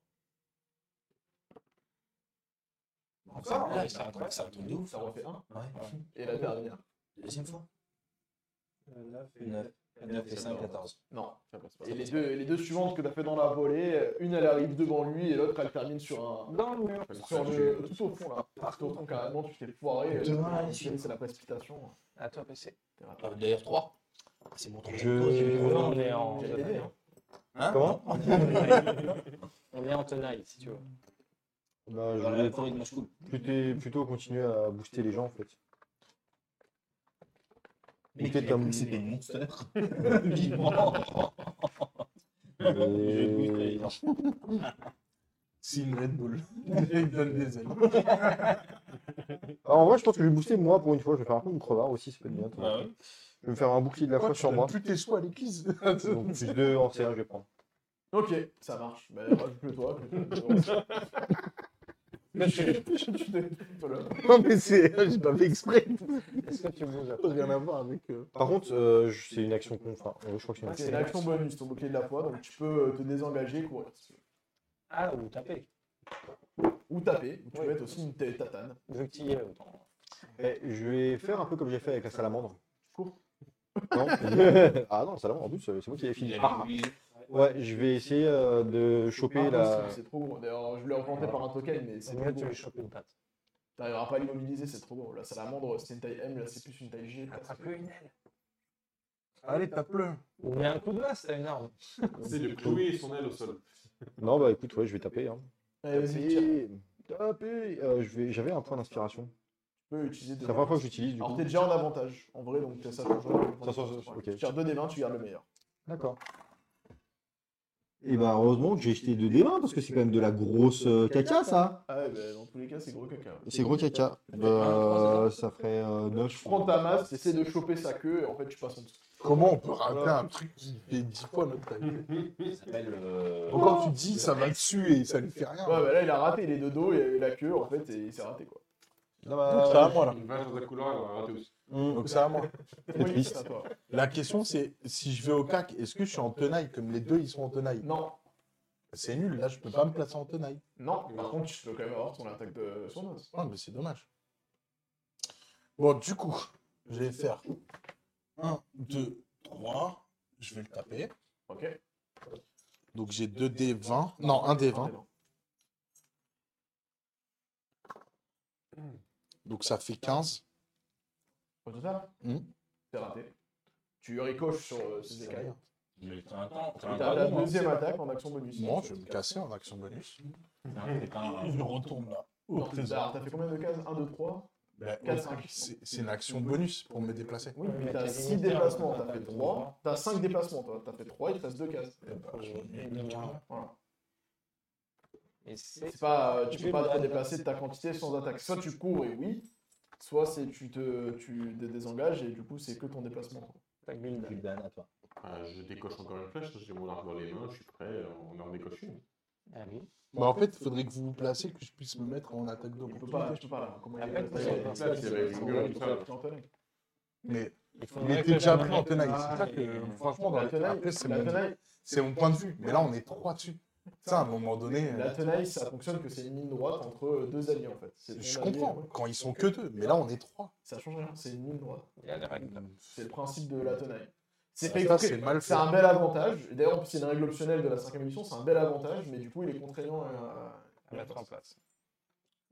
S5: Encore
S6: Ouais,
S5: ouais,
S6: ça
S5: Ça
S6: retourne-
S5: retourne, ça retourne de ouf.
S1: Ça refait 1.
S5: Ouais.
S1: Et la dernière.
S5: Deuxième fois.
S1: Euh,
S6: 9
S5: 9. 9 et 5, 14.
S1: Non. Et les deux, les deux suivantes que t'as fait dans la volée, euh, une elle arrive devant lui et l'autre elle termine sur un,
S6: Dans le mur.
S1: Sur le, tout au fond là, partout au fond carrément, tu t'es foiré. euh,
S5: Demain,
S1: tu-
S5: allez,
S1: c'est la précipitation. hein.
S6: À toi, PC.
S1: T'es
S5: Ah,
S1: rapide.
S5: D'ailleurs, 3. C'est mon tour.
S6: Je-
S5: Oh, j'ai vu
S6: on
S5: le vent.
S6: est en.
S1: J'ai aidé, hein.
S5: Hein
S2: Comment
S5: On est en
S6: On est en tenaille, si tu veux.
S2: Bah, je
S5: Dans la
S2: voulais
S5: forêt de Mashkoul.
S2: plutôt, plutôt continuer à booster les gens en fait.
S5: Mais
S2: Peut-être
S5: qui a
S2: un-
S5: cru que c'était un monster. Vivement. Je
S2: Euh,
S5: booste les gens.
S4: C'est une Red Bull. il donne des ailes.
S2: Ah, en vrai, je pense que je vais booster moi pour une fois. Je vais faire un peu une crevard aussi, ça peut être bien.
S6: Bah
S2: toi. Je vais me faire un bouclier de la foi sur moi.
S4: Plus tes soins à l'église.
S2: Donc plus deux en C1, je vais prendre.
S1: Ok, ça marche. Bah, rajoute-le toi. rajoute-le. Tu te- voilà.
S4: Non, mais c'est. J'ai pas fait exprès.
S6: Est-ce que tu bouges après
S4: Rien à voir avec. euh,
S2: Par contre, euh, je- c'est une action con. Enfin, euh, je crois que c'est une
S1: C'est
S2: action.
S1: une action bonus, ton bouclier de la foi, donc tu peux euh, te désengager, courir.
S6: Ah, ou taper.
S1: Ou taper, ou tu peux
S6: Oui.
S1: mettre aussi une ta- tatane.
S6: Vu que tu y es, autant.
S2: Eh, je vais faire un peu comme j'ai fait avec la salamandre.
S1: Cours.
S2: Non. ah non, la salamandre, en plus, c'est moi qui l'ai
S5: Il
S2: fini.
S5: a
S2: Ah.
S5: lui-
S2: Ouais, je vais essayer euh, de choper
S1: Ah,
S2: la.
S1: c'est- C'est trop gros. D'ailleurs, je l'ai replanté par un token, mais c'est
S6: C'est
S1: trop
S6: mieux, tu
S1: gros.
S6: lui chopes une patte.
S1: T'arriveras pas à l'immobiliser, c'est trop gros. La salamandre, c'est une taille M, là, c'est plus une taille G.
S6: Attrape-le une aile.
S4: Allez, tape-le.
S6: Ou mets un coup de masse, t'as une arme.
S3: C'est de clouer son aile au sol.
S2: Non, bah écoute, ouais, je vais taper. Hein.
S1: Allez, vas-y, tire.
S2: Taper. Taper. Euh, je vais- J'avais un point d'inspiration.
S1: peux utiliser
S2: C'est
S1: des
S2: la première fois que j'utilise du
S1: Alors,
S2: coup.
S1: t'es déjà en avantage, en vrai, donc ça changerait.
S2: Ça change- ok.
S1: Tu tires 2 des 20, tu gardes le meilleur.
S2: D'accord. Et bah heureusement que j'ai jeté deux dés 20 parce que c'est quand même de la grosse euh, caca ça.
S1: Ah ouais, bah, dans tous les cas, c'est gros caca.
S2: C'est gros caca. Bah, ça ferait 9
S1: Tu prends ta masse, t'essaies de choper sa queue, et en fait, tu passes en dessous.
S4: Comment on peut rater
S1: Voilà.
S4: un truc qui fait 10 fois notre taille
S5: Ça s'appelle. euh,
S4: Encore tu dis, ça va dessus et ça lui fait rien.
S1: Ouais, bah là, il a raté, il est de dos, il a eu la queue, en fait, et il s'est raté, quoi.
S4: Donc c'est à moi là.
S3: Une vache dans un couloir, elle va rater aussi.
S4: Donc c'est à moi.
S1: Comment il fait
S2: triste.
S1: ça, toi
S4: La question c'est si je vais au CAC, est-ce que je suis en tenaille comme les deux ils sont en tenaille
S1: Non,
S4: C'est nul, là je peux pas me placer en tenaille.
S1: non, par contre, tu peux quand même avoir ton attaque de son os.
S4: Ah mais c'est dommage. Bon du coup, je vais faire 1, 2, 3. Je vais le taper.
S1: Ok
S4: Donc j'ai 2 d 20. Non, 1 d 20. Donc ça fait 15.
S1: Au total
S4: Mhm.
S1: T'es raté. Tu ricoches sur euh, ses écailles.
S5: Mais t'as un temps, t'as
S1: Et
S5: un
S1: T'as la
S5: dragon, hein.
S1: deuxième attaque en action bonus.
S4: Moi, je vais me casser en action bonus.
S5: T'es pas un-
S4: Je retourne là.
S1: Non, T'as t'as fait combien de cases 1, 2, 3
S4: Ben,
S1: Quatre, cinq.
S4: C'est c'est une action bonus pour me déplacer.
S1: Oui, mais
S6: mais
S1: t'as
S6: t'as
S1: 6
S6: des
S1: déplacements,
S6: termes,
S1: t'as
S6: t'as
S1: fait
S6: fait
S1: 3.
S6: trois.
S1: T'as 5 déplacements, toi. T'as fait 3, il te reste 2 cases.
S4: Euh,
S1: Voilà.
S6: Et c'est
S1: C'est pas, euh, tu
S6: Tu
S1: peux
S6: fais
S1: pas
S6: une
S1: te
S6: attaque.
S1: déplacer de ta quantité sans attaque. Soit tu cours et oui, soit c'est tu te, tu te désengages et du coup c'est que ton déplacement.
S6: ta guilde.
S5: Gul'dan, à toi.
S3: Euh, je décoche encore une flèche, j'ai mon arc dans les mains, je suis prêt, euh, on en décoche une.
S6: Ah oui.
S4: Bah, en fait, il faudrait que vous vous placez, que je puisse me mettre en attaque
S1: Tu peux
S4: d'opportunité.
S1: pas, tu peux pas là. Comment il
S6: Après,
S1: est-
S6: de toute façon,
S1: il est- il
S6: il
S1: est-
S3: passe, il est-
S1: il est- il est en tenaille.
S4: Mais
S6: Il
S4: on
S6: faudrait
S4: était
S6: que
S4: déjà
S6: la-
S4: pris en tenaille.
S6: Ah,
S4: C'est ça
S6: et-
S4: que, euh, franchement, dans
S1: La
S4: la tenaille, après,
S1: tenaille,
S4: c'est
S1: la
S4: mon,
S1: tenaille-
S4: c'est mon point de vue. Mais là, on est trois dessus. Ça, à un moment donné,
S1: la
S4: euh,
S1: tenaille, ça fonctionne que c'est une ligne droite entre euh, deux alliés en fait. C'est
S4: je
S1: ton allié,
S4: comprends
S1: ouais.
S4: quand ils sont que deux. Mais là, on est trois.
S1: Ça change rien, c'est une ligne droite.
S5: Il y a des règles.
S1: C'est le principe de la tenaille. C'est
S4: Ça,
S1: fait
S4: ça,
S1: exprès.
S4: c'est mal
S1: C'est
S4: fait.
S1: un bel avantage. Et D'ailleurs, en plus, c'est une règle optionnelle de la 5ème édition, c'est un bel avantage, mais du coup, il est contraignant à, à
S6: à
S1: mettre
S6: mettre
S1: en
S6: en
S1: place.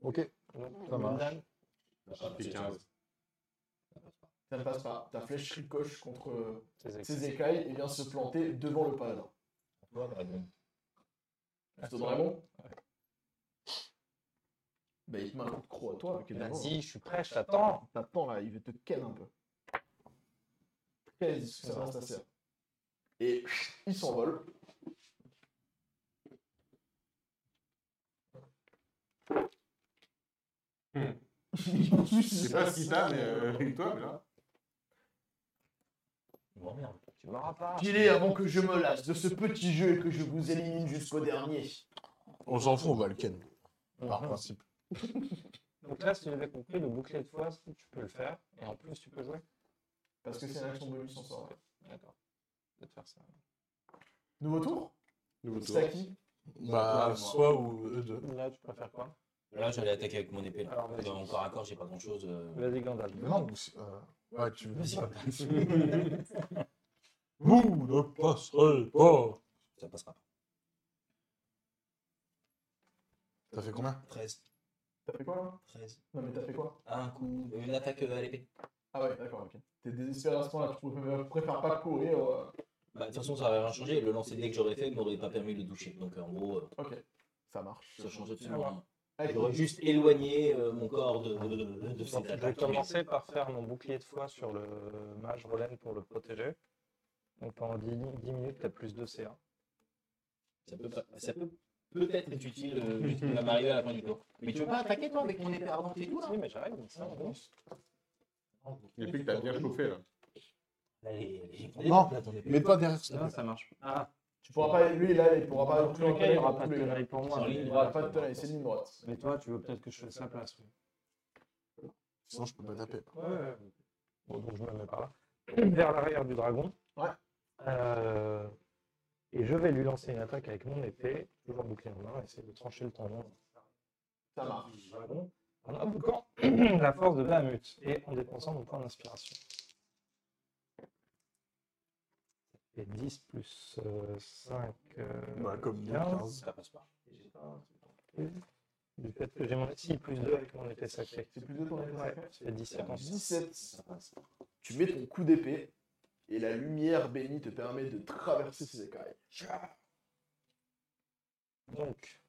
S6: place.
S2: Ok.
S6: Donc,
S2: Ça marche.
S6: Gul'dan,
S3: J'ai fait 15.
S1: Ça ne passe pas. Ta flèche ricoche contre euh,
S6: ses écailles.
S1: ses écailles et vient se planter devant le paladin.
S5: Toi,
S1: bah,
S5: dragon.
S1: C'est au dragon Bah, il te met un coup de croc à toi, avec évidemment.
S6: Vas-y, je suis prêt, je t'attends.
S1: T'attends là, il te ken un peu. 15, ça va, ça sert. Et il s'envole.
S3: Hmm.
S1: Je
S3: Je sais pas ce qu'il t'a, mais euh, toi, mais là.
S5: Bon, merde.
S6: Tu m'auras pas.
S1: Filez avant que je me lasse de ce petit jeu et que je vous élimine jusqu'au dernier.
S4: On s'en fout, on va le ken. Par principe.
S6: Donc là, si j'avais compris, le bouclier de foi, tu peux le faire. Et en plus, tu peux jouer.
S1: Parce que c'est une action bonus en sort.
S6: D'accord. Je vais te faire ça.
S1: Nouveau tour
S3: Nouveau tour.
S1: C'est à qui
S4: Bah, soit ou eux deux.
S6: Là, tu préfères quoi
S5: Là, j'allais attaquer avec mon épée. Là.
S6: Alors, vas-y.
S5: Dans mon corps à corps, j'ai pas euh, grand chose.
S6: Vas-y, Gandalf.
S4: Mais non, ou c'est- euh, ouais, tu veux.
S5: Vas-y,
S4: Vous ne passerez pas.
S5: ça passera pas.
S4: Ça fait combien
S5: 13.
S1: T'as fait quoi là
S5: 13.
S1: Non mais t'as fait quoi
S5: Un coup, une attaque euh, à l'épée.
S1: Ah ouais, d'accord, ok. T'es désespéré à ce point là, tu préfères, préfères pas courir. euh,
S5: Bah, de toute façon, ça n'aurait rien changé. Le lancer dès que j'aurais fait m'aurait pas permis de le toucher. Donc, en gros, euh,
S1: Ok, ça marche. Ah,
S5: ça change absolument rien.
S1: Allez,
S5: J'aurais juste éloigné euh, mon corps de, de, de, de
S6: Donc,
S5: cette
S6: je vais
S5: attaque.
S6: commencer par faire mon bouclier de foi sur le mage Roland pour le protéger. Donc pendant 10, 10 minutes, tu as plus de hein. CA.
S5: Ça peut, pas- ça peut peut-être être utile euh, juste pour la Mario à la fin du tour. Mais tu veux pas attaquer toi avec mon épée ardente et tout hein. là
S6: Oui, mais j'arrive, mais ça, on avance.
S1: Bah,
S3: Et puis que t'as bien chauffé, là.
S5: Allez,
S4: Non,
S5: mais
S4: Mets-toi derrière ça.
S6: Ah, ça marche. Ah,
S1: Tu pourras pas, lui là, il pourra pas
S6: dans tous les cas, il n'y aura pas de
S1: Il
S6: tenaille pour moi.
S5: Sur
S6: mais-
S5: ligne
S1: n'y aura pas de tenaille, hein. c'est
S6: Mais
S1: une ligne droite.
S6: toi, tu veux peut-être que je fasse sa place. oui.
S4: Sinon, je peux pas taper.
S6: Ouais, ouais. Bon, donc je me mets par là. Vers l'arrière du dragon.
S1: Ouais.
S6: Euh, et je vais lui lancer une attaque avec mon épée, toujours bouclier en main, essayer de trancher le tendon
S1: Ça marche.
S6: du dragon en invoquant la force de Bahamut et en dépensant mon point d'inspiration. Et 10 plus euh, 5.
S4: Bah, comme nous, 15.
S5: ça passe pas.
S6: Du fait que j'ai mon 6 plus 2 avec mon épée sacrée.
S1: C'est plus de ton épée
S6: Ouais,
S1: sacrée
S6: ça fait 17 en tout.
S1: 17. Tu mets ton coup d'épée et la lumière bénie te permet de traverser ses écailles.
S6: Donc,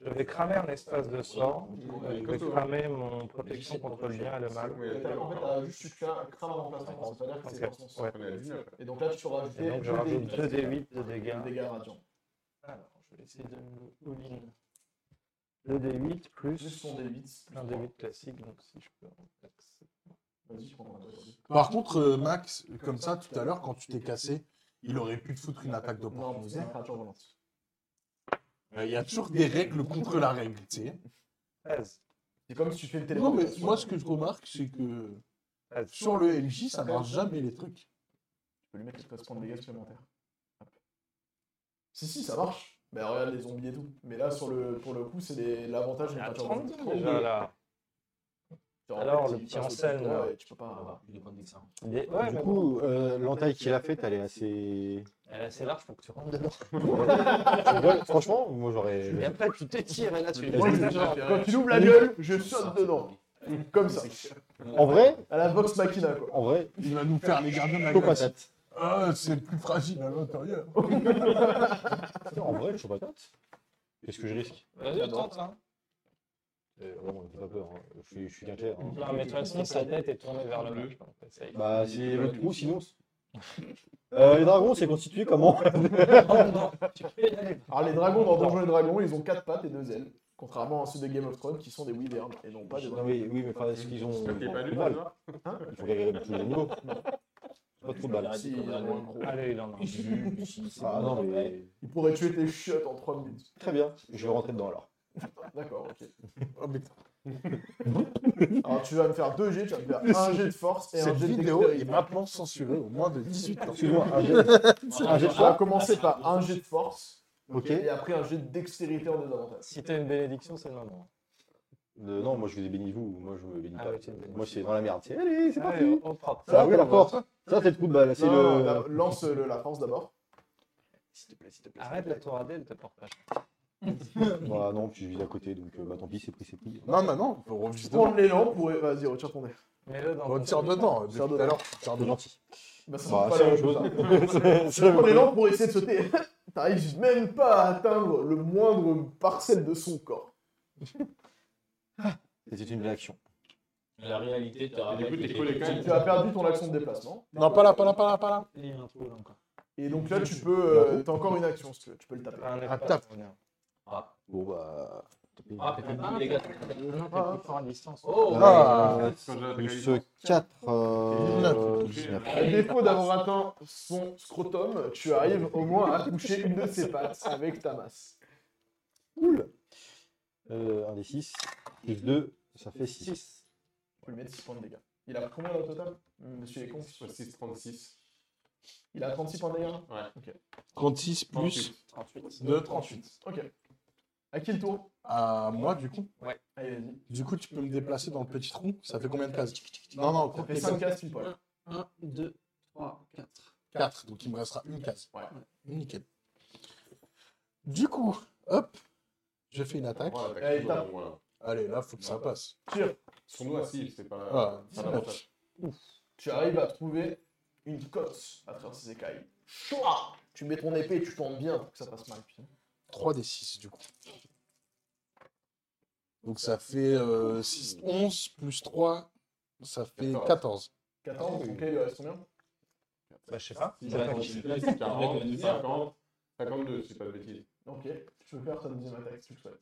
S6: Je vais cramer un espace de sort.
S3: Ouais,
S6: Je
S3: comme
S6: vais
S3: toi.
S6: cramer mon protection contre le bien et le mal.
S3: Oui,
S1: Et t'as- En fait,
S3: d'accord.
S1: t'as juste tu cra- crames un remplacement, ça veut pas dire que c'est
S6: Ok,
S1: forcément
S6: ouais.
S3: On est à 19, là.
S1: Et donc là, tu auras
S6: Et donc je rajoute 2
S1: dégâts.
S6: D8 de dégâts.
S1: Dégâts radiants.
S6: Alors, je vais essayer de me all-in. 2 D8
S1: Juste
S6: plus
S1: son D8. plus
S6: un
S1: trois.
S6: D8 classique, donc si je peux. en taxer.
S1: Vas-y, je prends un D8.
S4: Par contre, euh, Max, comme ça, tout à l'heure, quand tu t'es cassé, il aurait pu te foutre une attaque
S1: Non, c'est
S4: d'opportunité.
S1: une créature volante.
S4: Euh, Il y a toujours des règles contre la règle, tu sais.
S6: 13.
S1: C'est comme si tu fais une
S4: Non, mais
S1: téléportation.
S4: moi, ce que je remarque, c'est que
S6: 13.
S4: sur le MJ, ça marche jamais les trucs.
S1: Tu peux lui mettre qu'il se prendre des dégâts supplémentaires. Hop. Si, si, ça marche. Mais regarde les zombies et tout. Mais là, sur le, pour le coup, c'est des- l'avantage d'une
S6: À
S1: créature
S6: 32
S1: volante.
S6: déjà là.
S1: Tu te rappelles
S6: Alors,
S1: qu'il
S6: le petit
S1: passe au-dessus de
S6: Ansel,
S1: toi
S6: là.
S1: et Tu peux pas.
S5: plus de points de dessin.
S6: Il est- Ouais,
S2: du
S6: mais bon,
S2: coup, euh, l'entaille qu'il a faite, elle est assez.
S6: elle est assez large pour que tu rentres dedans.
S2: Ouais, franchement, moi j'aurais.
S6: Et après, tu t'étires et là, tu
S1: Moi,
S6: les
S1: je- quand il ouvre la gueule, je saute dedans. Comme ça.
S2: En vrai,
S1: À la Vox Machina, quoi.
S2: en vrai,
S4: Il va nous faire les gardiens de la
S2: chaud
S4: galaxie.
S2: patate.
S4: Ah, c'est plus fragile à l'intérieur.
S2: Non, en vrai, chaud patate. Qu'est-ce que je risque
S6: Vas-y, tente, hein.
S2: Euh, Vraiment, ne pas peur. hein. Je suis, je suis bien clair. hein.
S6: Non, mais de toute façon, sa tête est tournée vers le bleu. Essaye.
S2: Bah, c'est le trou, sinon. Euh, les dragons, c'est constitué comment
S1: Alors, les dragons dans Donjons et Dragons, ils ont 4 pattes et 2 ailes. Contrairement à ceux de Game of Thrones qui sont des wyverns et non pas des
S2: Non,
S1: dragons.
S2: mais oui, mais enfin, est-ce qu'ils ont.
S3: J'espère qu'il est pas nul,
S2: mal
S3: déjà.
S2: Il faut gagner tous les niveaux. Pas trop de
S5: bah,
S2: balles.
S1: Si, ils
S5: euh,
S1: ont un gros-
S6: Allez, il en a. un.
S2: Ah non, Ah, mais.
S1: Ils pourraient tuer tes chiottes en 3 minutes.
S2: Très bien, je vais rentrer dedans alors.
S1: D'accord, ok.
S4: Oh, mais t-
S1: Alors tu vas me faire 2 jets, tu vas me faire un jet de force et un
S4: cette
S1: jet de
S4: vidéo
S1: dextérité.
S4: est maintenant censurée au moins de 18 ans.
S2: Excuse-moi, un jet- un jet de
S1: On va
S2: force.
S1: commencer par un jet de force
S2: Ok.
S1: et après un jet de dextérité en désavantage.
S6: Si t'as une bénédiction, c'est le moment.
S2: Euh, non, moi je vous ai béni vous, moi je me bénis
S6: Ah
S2: pas.
S6: oui, tu Ah me bénis.
S2: moi c'est dans la merde. C'est allez, c'est
S6: Allez,
S2: parti.
S6: au propre.
S2: Ça, oui, d'accord. Ça, c'est le coup de balle. Ah, C'est
S1: Non, non, la-
S2: le.
S1: Lance le- la force d'abord.
S6: Arrête la tour Adèle, te porte pas.
S2: Voilà, non, puis je vis à côté, donc euh, bah tant pis, c'est pris, c'est pris.
S4: Non, mais non, faut revenir dedans.
S1: Prendre l'élan pour... Vas-y, retire ton dé.
S6: Mets-le dans
S4: On
S6: ton-
S4: tire dedans. Depuis
S1: Tire
S4: tout à
S1: dedans.
S4: l'heure, tu tires
S2: C'est
S4: dedans.
S2: gentil.
S1: Bah, ça
S2: Oh, Bah,
S1: sert pas
S2: c'est
S1: la
S2: la même
S1: même
S2: chose.
S1: chose.
S2: hein. C'est la
S1: Prendre
S2: même chose.
S1: l'élan pour essayer de sauter. T'arrives même pas à atteindre le moindre parcelle de son corps.
S2: C'était une réaction.
S5: La réalité, t'as
S3: Et écoute, les collègues, quand même,
S1: Tu as perdu ton action de déplacement.
S4: Non, pas là, pas là, pas là, pas là.
S6: Il y a un trou là encore.
S1: Et donc là, tu peux... euh, T'as encore une action, si tu veux. Tu peux le taper.
S6: Un
S4: tape.
S6: espace, on revient.
S2: Bon bah.
S5: Ah, t'as pas les gars.
S6: Non,
S4: ah,
S6: non, t'es plus fort à distance.
S5: Oh,
S2: Ah,
S3: Quand j'ai la
S2: plus
S3: réalisation.
S2: 4. Euh,
S3: Dix-neuf.
S2: 19.
S1: À défaut d'avoir atteint son scrotum, tu arrives au moins à toucher une de ses pattes avec ta masse.
S2: Euh, 1 des 6. Plus 2, ça fait 6.
S1: Tu lui mettre 6 points de dégâts. Il a combien au total Monsieur les cons
S3: 6, 36.
S1: Il a 36 points de dégâts
S4: 36 plus
S3: 38.
S6: 38.
S4: 2, 38.
S1: Ok. À qui le tour
S4: À moi, du coup.
S1: Allez, vas-y.
S4: Du coup, tu peux me déplacer dans le petit trou. Ça fait combien de cases Non, non,
S1: Ça
S4: compte
S1: fait 5 cases, pile poil.
S7: 1, 2, 3, 4.
S4: 4. Donc, il me restera une case.
S1: Ouais.
S4: Nickel. Du coup, hop, je fais une attaque.
S3: Voilà,
S1: Allez,
S3: t'as
S1: tape.
S3: voilà.
S4: Allez, là, faut que ça passe.
S3: Son doigt, si, c'est pas.
S4: Ah,
S3: pas l'avantage.
S1: Tu arrives à trouver une cote à travers ses écailles. Choua tu mets ton épée et tu tombes bien pour que ça passe mal.
S4: 3 des 6, du coup. Donc, ça fait euh, 6, 11 plus 3, ça fait
S3: 14.
S4: 14.
S1: 14, ok, il reste combien
S6: Bah, je sais
S5: Oh,
S6: pas.
S3: Si,
S6: Ça fait-
S3: 36, 40, 50, 52, c'est pas de bêtises.
S1: Ok, tu peux faire ta deuxième attaque si tu le souhaites.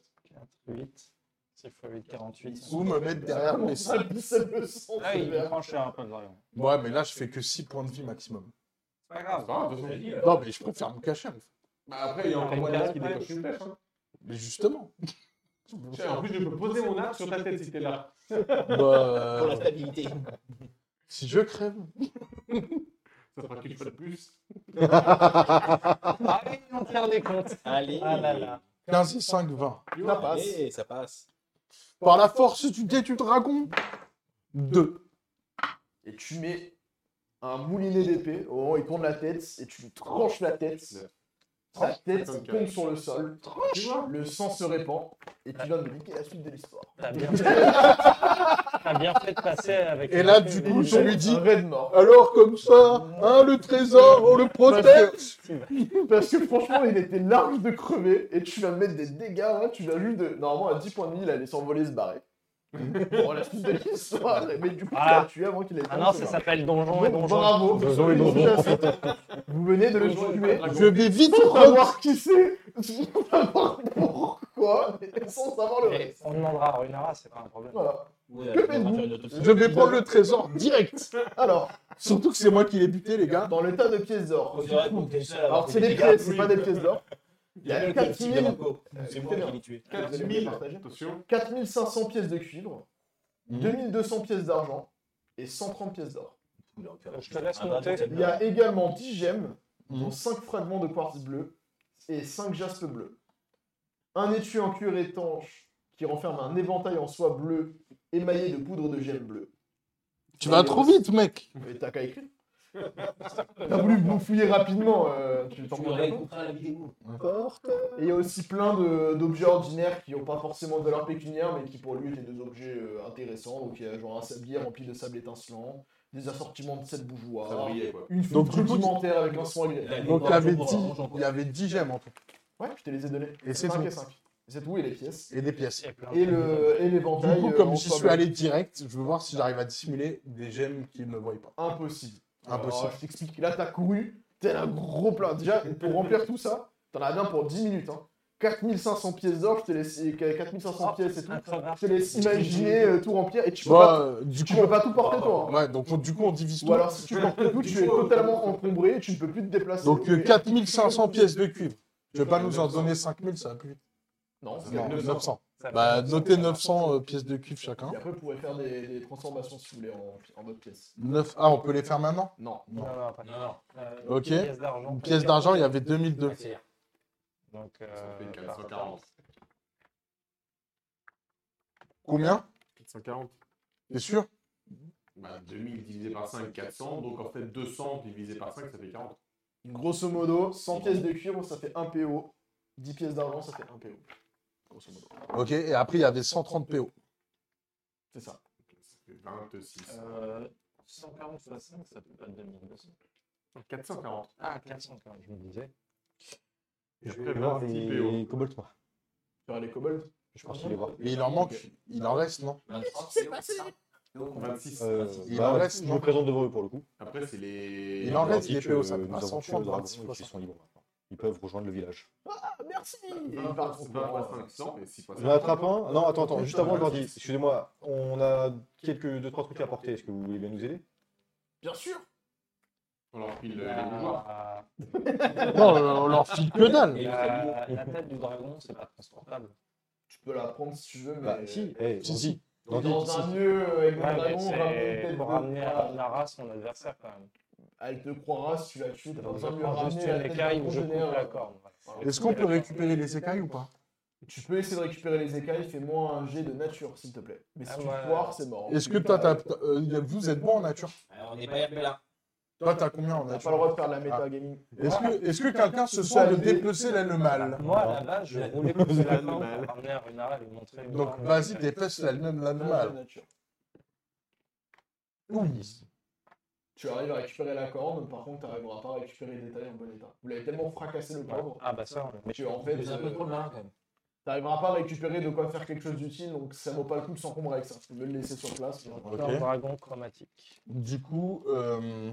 S6: 8. 6 x 8, 48.
S4: Ou me mettre derrière
S1: Comment
S4: mes
S1: ça,
S4: 5.
S1: le seul le sang
S6: Là,
S1: c'est
S6: il
S1: vert.
S6: tranche un peu de variant.
S4: Ouais, mais là, je fais que 6 points de vie maximum.
S6: C'est pas
S3: Ah, c'est
S6: grave.
S3: pas grave, de toute façon.
S4: Non, mais je préfère me cacher. en fait.
S3: Bah, après, il y a encore moins de
S6: Après,
S3: qui décoche une flèche. hein.
S4: Mais justement.
S3: Tiens, En plus, je peux poser mon arc sur ta tête si t'es là.
S4: Bah,
S5: Pour la
S4: euh,
S5: stabilité.
S4: si je crève.
S3: Ça fera quelque chose de plus.
S6: Arrête de nous faire des comptes.
S5: Allez.
S6: Ah là là.
S4: 15 et 5, 20.
S1: Ça passe.
S5: Allez, ça passe.
S4: Par la force du dé du dragon 2.
S1: et tu mets un moulinet d'épée. Au moment où il tourne la tête et tu lui tranches la tête. Sa tête
S3: comme
S1: tombe sur le sol,
S3: Tu vois
S1: le sang se répand, et tu viens de niquer la suite de l'histoire.
S8: T'as bien, fait... T'as bien fait de passer avec.
S4: Et là, du coup, je
S1: Il
S4: lui
S1: jette
S4: dis
S1: un raid mort.
S4: Alors, comme ça, hein, le trésor, on le protège
S1: Parce que franchement, il était large de crever, et tu vas mettre des dégâts, là, tu vas juste de... Normalement, à 10 points de vie, il allait s'envoler, se barrer. bon, la suite de l'histoire, mais du coup, tu
S8: Voilà.
S1: l'as tué avant qu'il ait le
S8: Ah
S1: temps
S8: non,
S1: de se
S8: ça
S1: barrer.
S8: s'appelle donjon et
S1: Bon,
S8: donjon.
S1: bravo,
S2: Donjon et
S1: Ils ont
S2: donjon.
S1: déjà fait. vous venez de le tuer.
S4: Je vais vite
S1: Sans
S4: prendre...
S1: savoir qui c'est, sans savoir pourquoi, et sans savoir
S5: Eh.
S1: le
S8: Et
S1: reste.
S8: On demandera à Runara, c'est pas un problème.
S1: Voilà. Que
S5: Ouais, on va faire
S1: faites-vous
S5: une autopsie.
S4: Je vais prendre le trésor direct
S1: Alors,
S4: Surtout que c'est moi qui l'ai buté, les gars.
S1: dans le tas de pièces d'or.
S5: On dirait qu'on était seul à avoir
S1: Alors, c'est
S5: fait
S1: des
S5: gars.
S1: pièces, c'est pas des pièces d'or.
S5: Il y a
S1: il y a
S5: le
S1: 4000.
S5: petit de Rocco. C'est moi
S1: Très
S5: qui
S1: bien.
S5: l'ai tué.
S3: 4000. Attention.
S1: 4500 pièces de cuivre,
S5: Mhm.
S1: 2200 pièces d'argent et 130 pièces d'or.
S6: Je te laisse
S5: Ah, bah,
S6: monter.
S5: donc,
S1: Il y a également 10 gemmes,
S4: Mhm.
S1: dont 5 fragments de quartz bleu et 5 jaspes bleus. Un étui en cuir étanche qui renferme un éventail en soie bleue émaillé de poudre de gemme bleue.
S4: Tu vas trop vite, mec
S1: Mais t'as qu'à écrire. T'as voulu me fouiller rapidement, euh, tu t'en
S5: Tu
S1: rends
S5: aurais
S1: compte.
S5: compris la vidéo.
S1: Et il y a aussi plein de- d'objets ordinaires qui n'ont pas forcément de valeur pécuniaire, mais qui pour lui étaient des objets euh, intéressants. Donc il y a genre un sablier rempli de sable étincelant, des assortiments de 7 bougeoirs,
S3: Ça brillait, quoi.
S1: une foule
S4: Donc, du coup,
S1: rudimentaire avec un soin agréable.
S5: La
S4: Donc,
S5: vidéo,
S4: il y avait
S5: on
S4: 10,
S5: va manger encore.
S4: il y avait 10 gemmes en tout.
S1: Ouais, je te les ai donnés.
S4: Et c'est
S1: Cinq
S4: tout.
S1: Et cinq. C'est tout, et les pièces.
S4: Et des pièces.
S8: Et plein de
S1: Et
S8: trucs.
S1: le- et
S4: Du
S1: l'éventail.
S4: coup,
S1: euh, en
S4: comme j'y
S1: soie
S4: suis
S1: bleue.
S4: allé direct, je veux voir si j'arrive à dissimuler des gemmes qu'ils ne voient pas.
S1: Impossible.
S4: Impossible.
S1: Alors, je t'explique. Là, t'as couru, t'es un gros plein. Déjà, pour remplir tout ça, t'en as bien pour 10 minutes. Hein. 4500 pièces d'or, je te laisse. euh, et 4500 pièces et tout. Je te laisse imaginer euh, tout remplir et tu peux,
S4: Bon,
S1: pas,
S4: euh, du
S1: tu
S4: coup,
S1: peux pas tout porter toi. hein.
S4: ouais, donc on- du coup, on divise
S1: Ou
S4: tout.
S1: alors si tu portes tout, tu es totalement encombré et tu ne peux plus te déplacer.
S4: Donc euh,
S1: Et-
S4: 4500 pièces de cuivre. Je vais pas nous en donner 5000, ça va plus vite.
S1: Non, c'est-
S4: Non,
S3: 900.
S4: 900.
S8: Ça fait
S4: Bah,
S8: 900,
S4: notez
S8: ça va.
S4: 900 euh, pièces de cuivre chacun.
S1: Et après, vous pourrez faire des, des transformations si vous voulez en, en mode pièce.
S4: 9... Ah, on peut les faire maintenant
S1: Non.
S8: Non, non, après.
S5: Non,
S6: Ah,
S5: non.
S8: Euh,
S4: Ok.
S8: Une pièce d'argent.
S4: Une pièce d'argent, il y avait 2002.
S5: C'est-
S8: Donc,
S3: Ça
S8: euh,
S3: fait 440.
S4: Combien
S3: 440.
S4: T'es sûr
S3: Bah, 2000 divisé par 5, 400. Donc en fait, 200 divisé par 5, ça fait 40.
S1: Grosso modo, 100 pièces de cuivre, ça fait 1 PO. 10 pièces d'argent, ça fait 1 PO. Grosso modo.
S4: Ok, et après, il y avait 130 PO.
S1: C'est ça.
S3: Ça fait 26.
S8: euh, 140 fois 5, ça fait pas 2200.
S3: 440.
S8: Ah, 440, je me disais.
S2: Je
S3: Et après,
S2: vais voir
S3: 26 PO.
S2: les kobolds, moi.
S1: Tu auras les kobolds
S2: Je pense qu'il les voit.
S4: Et il en manque, il en reste, non
S5: 23, c'est passé. Donc, on va-
S3: 26.
S2: Euh,
S4: Ah, Il
S2: bah,
S4: en reste,
S2: je
S4: non
S2: me présente devant eux pour le coup.
S3: Après, c'est les.
S4: Il en reste.
S2: Leur
S4: des
S2: dit
S4: PO,
S2: que
S4: ça fait
S2: euh, nous
S4: pas
S2: avons
S4: 100
S2: tué
S4: francs,
S2: le dragon
S4: 26
S2: et
S4: fois
S2: qu'ils
S4: 100.
S2: sont libres maintenant. Ils peuvent rejoindre le village.
S1: Merci
S3: Et 20 fois 500 et 6 fois
S2: Je l'attrape
S3: 500.
S2: un. Non, attends, attends. Juste avant, je leur dis excusez-moi, on a quelques deux trois trucs à porter. Est-ce que vous voulez bien nous aider
S1: Bien sûr
S3: On leur file
S8: Ah.
S3: euh, les bougeoirs.
S8: La,
S4: Non, euh, on leur Ah, file que dalle
S8: la, la, tête du dragon, c'est pas transportable.
S1: Tu peux la prendre si tu veux, mais.
S2: Bah, si. eh,
S4: Si,
S2: on-
S4: si.
S1: Dans,
S2: Dans
S1: un lieu avec un
S8: Ouais, mais
S1: dragon, ramener une
S8: c'est
S1: tête
S8: pour
S1: de-
S8: ramener
S1: Voilà.
S8: à Nara son adversaire quand même.
S1: Elle te croira si tu la tues, t'as pas
S8: Donc,
S1: besoin de
S8: je
S1: lui
S8: prends
S1: ramener
S8: juste
S1: la
S8: une
S1: tête
S8: écaille
S1: d'un
S8: où je coupe
S1: congénère.
S8: la corde. voilà.
S4: Est-ce qu'on peut récupérer les écailles ou pas
S1: Tu peux essayer de récupérer les écailles, fais-moi un jet de nature, s'il te plaît. Mais si
S8: Ah,
S1: tu
S8: ouais.
S1: foires, c'est mort.
S4: Est-ce que toi, t'as- t'as- euh, y a- vous êtes bon en nature
S5: Alors, Ah, on n'est pas Herbella.
S4: Toi, t'as combien en
S1: T'as pas le droit de
S4: nature
S1: faire de la Ah, métagaming.
S4: Ah. Est-ce que, est-ce que quelqu'un se sent de dépecer là, le mal
S8: Moi, là-bas, je roulais pour la corde pour ramener à Runara et lui montrer. une
S4: Donc,
S8: corde.
S4: vas-y, dépece là, le
S1: Un jet de
S4: mal.
S1: nature.
S4: Oui.
S1: Tu arrives à récupérer la corne, par contre, tu n'arriveras pas à récupérer les détails en bon état. Vous l'avez tellement fracassé le
S8: Ouais.
S1: pauvre
S8: Ah, bah ça, on-
S1: mais tu en fait,
S5: C'est un peu
S1: euh,
S5: trop malin quand même.
S1: t'arriveras pas à récupérer de quoi faire quelque chose d'utile, donc ça vaut pas le coup de s'encombrer avec ça. Tu peux le laisser sur place. mais-
S4: Ok.
S8: un dragon chromatique.
S4: Du coup, euh,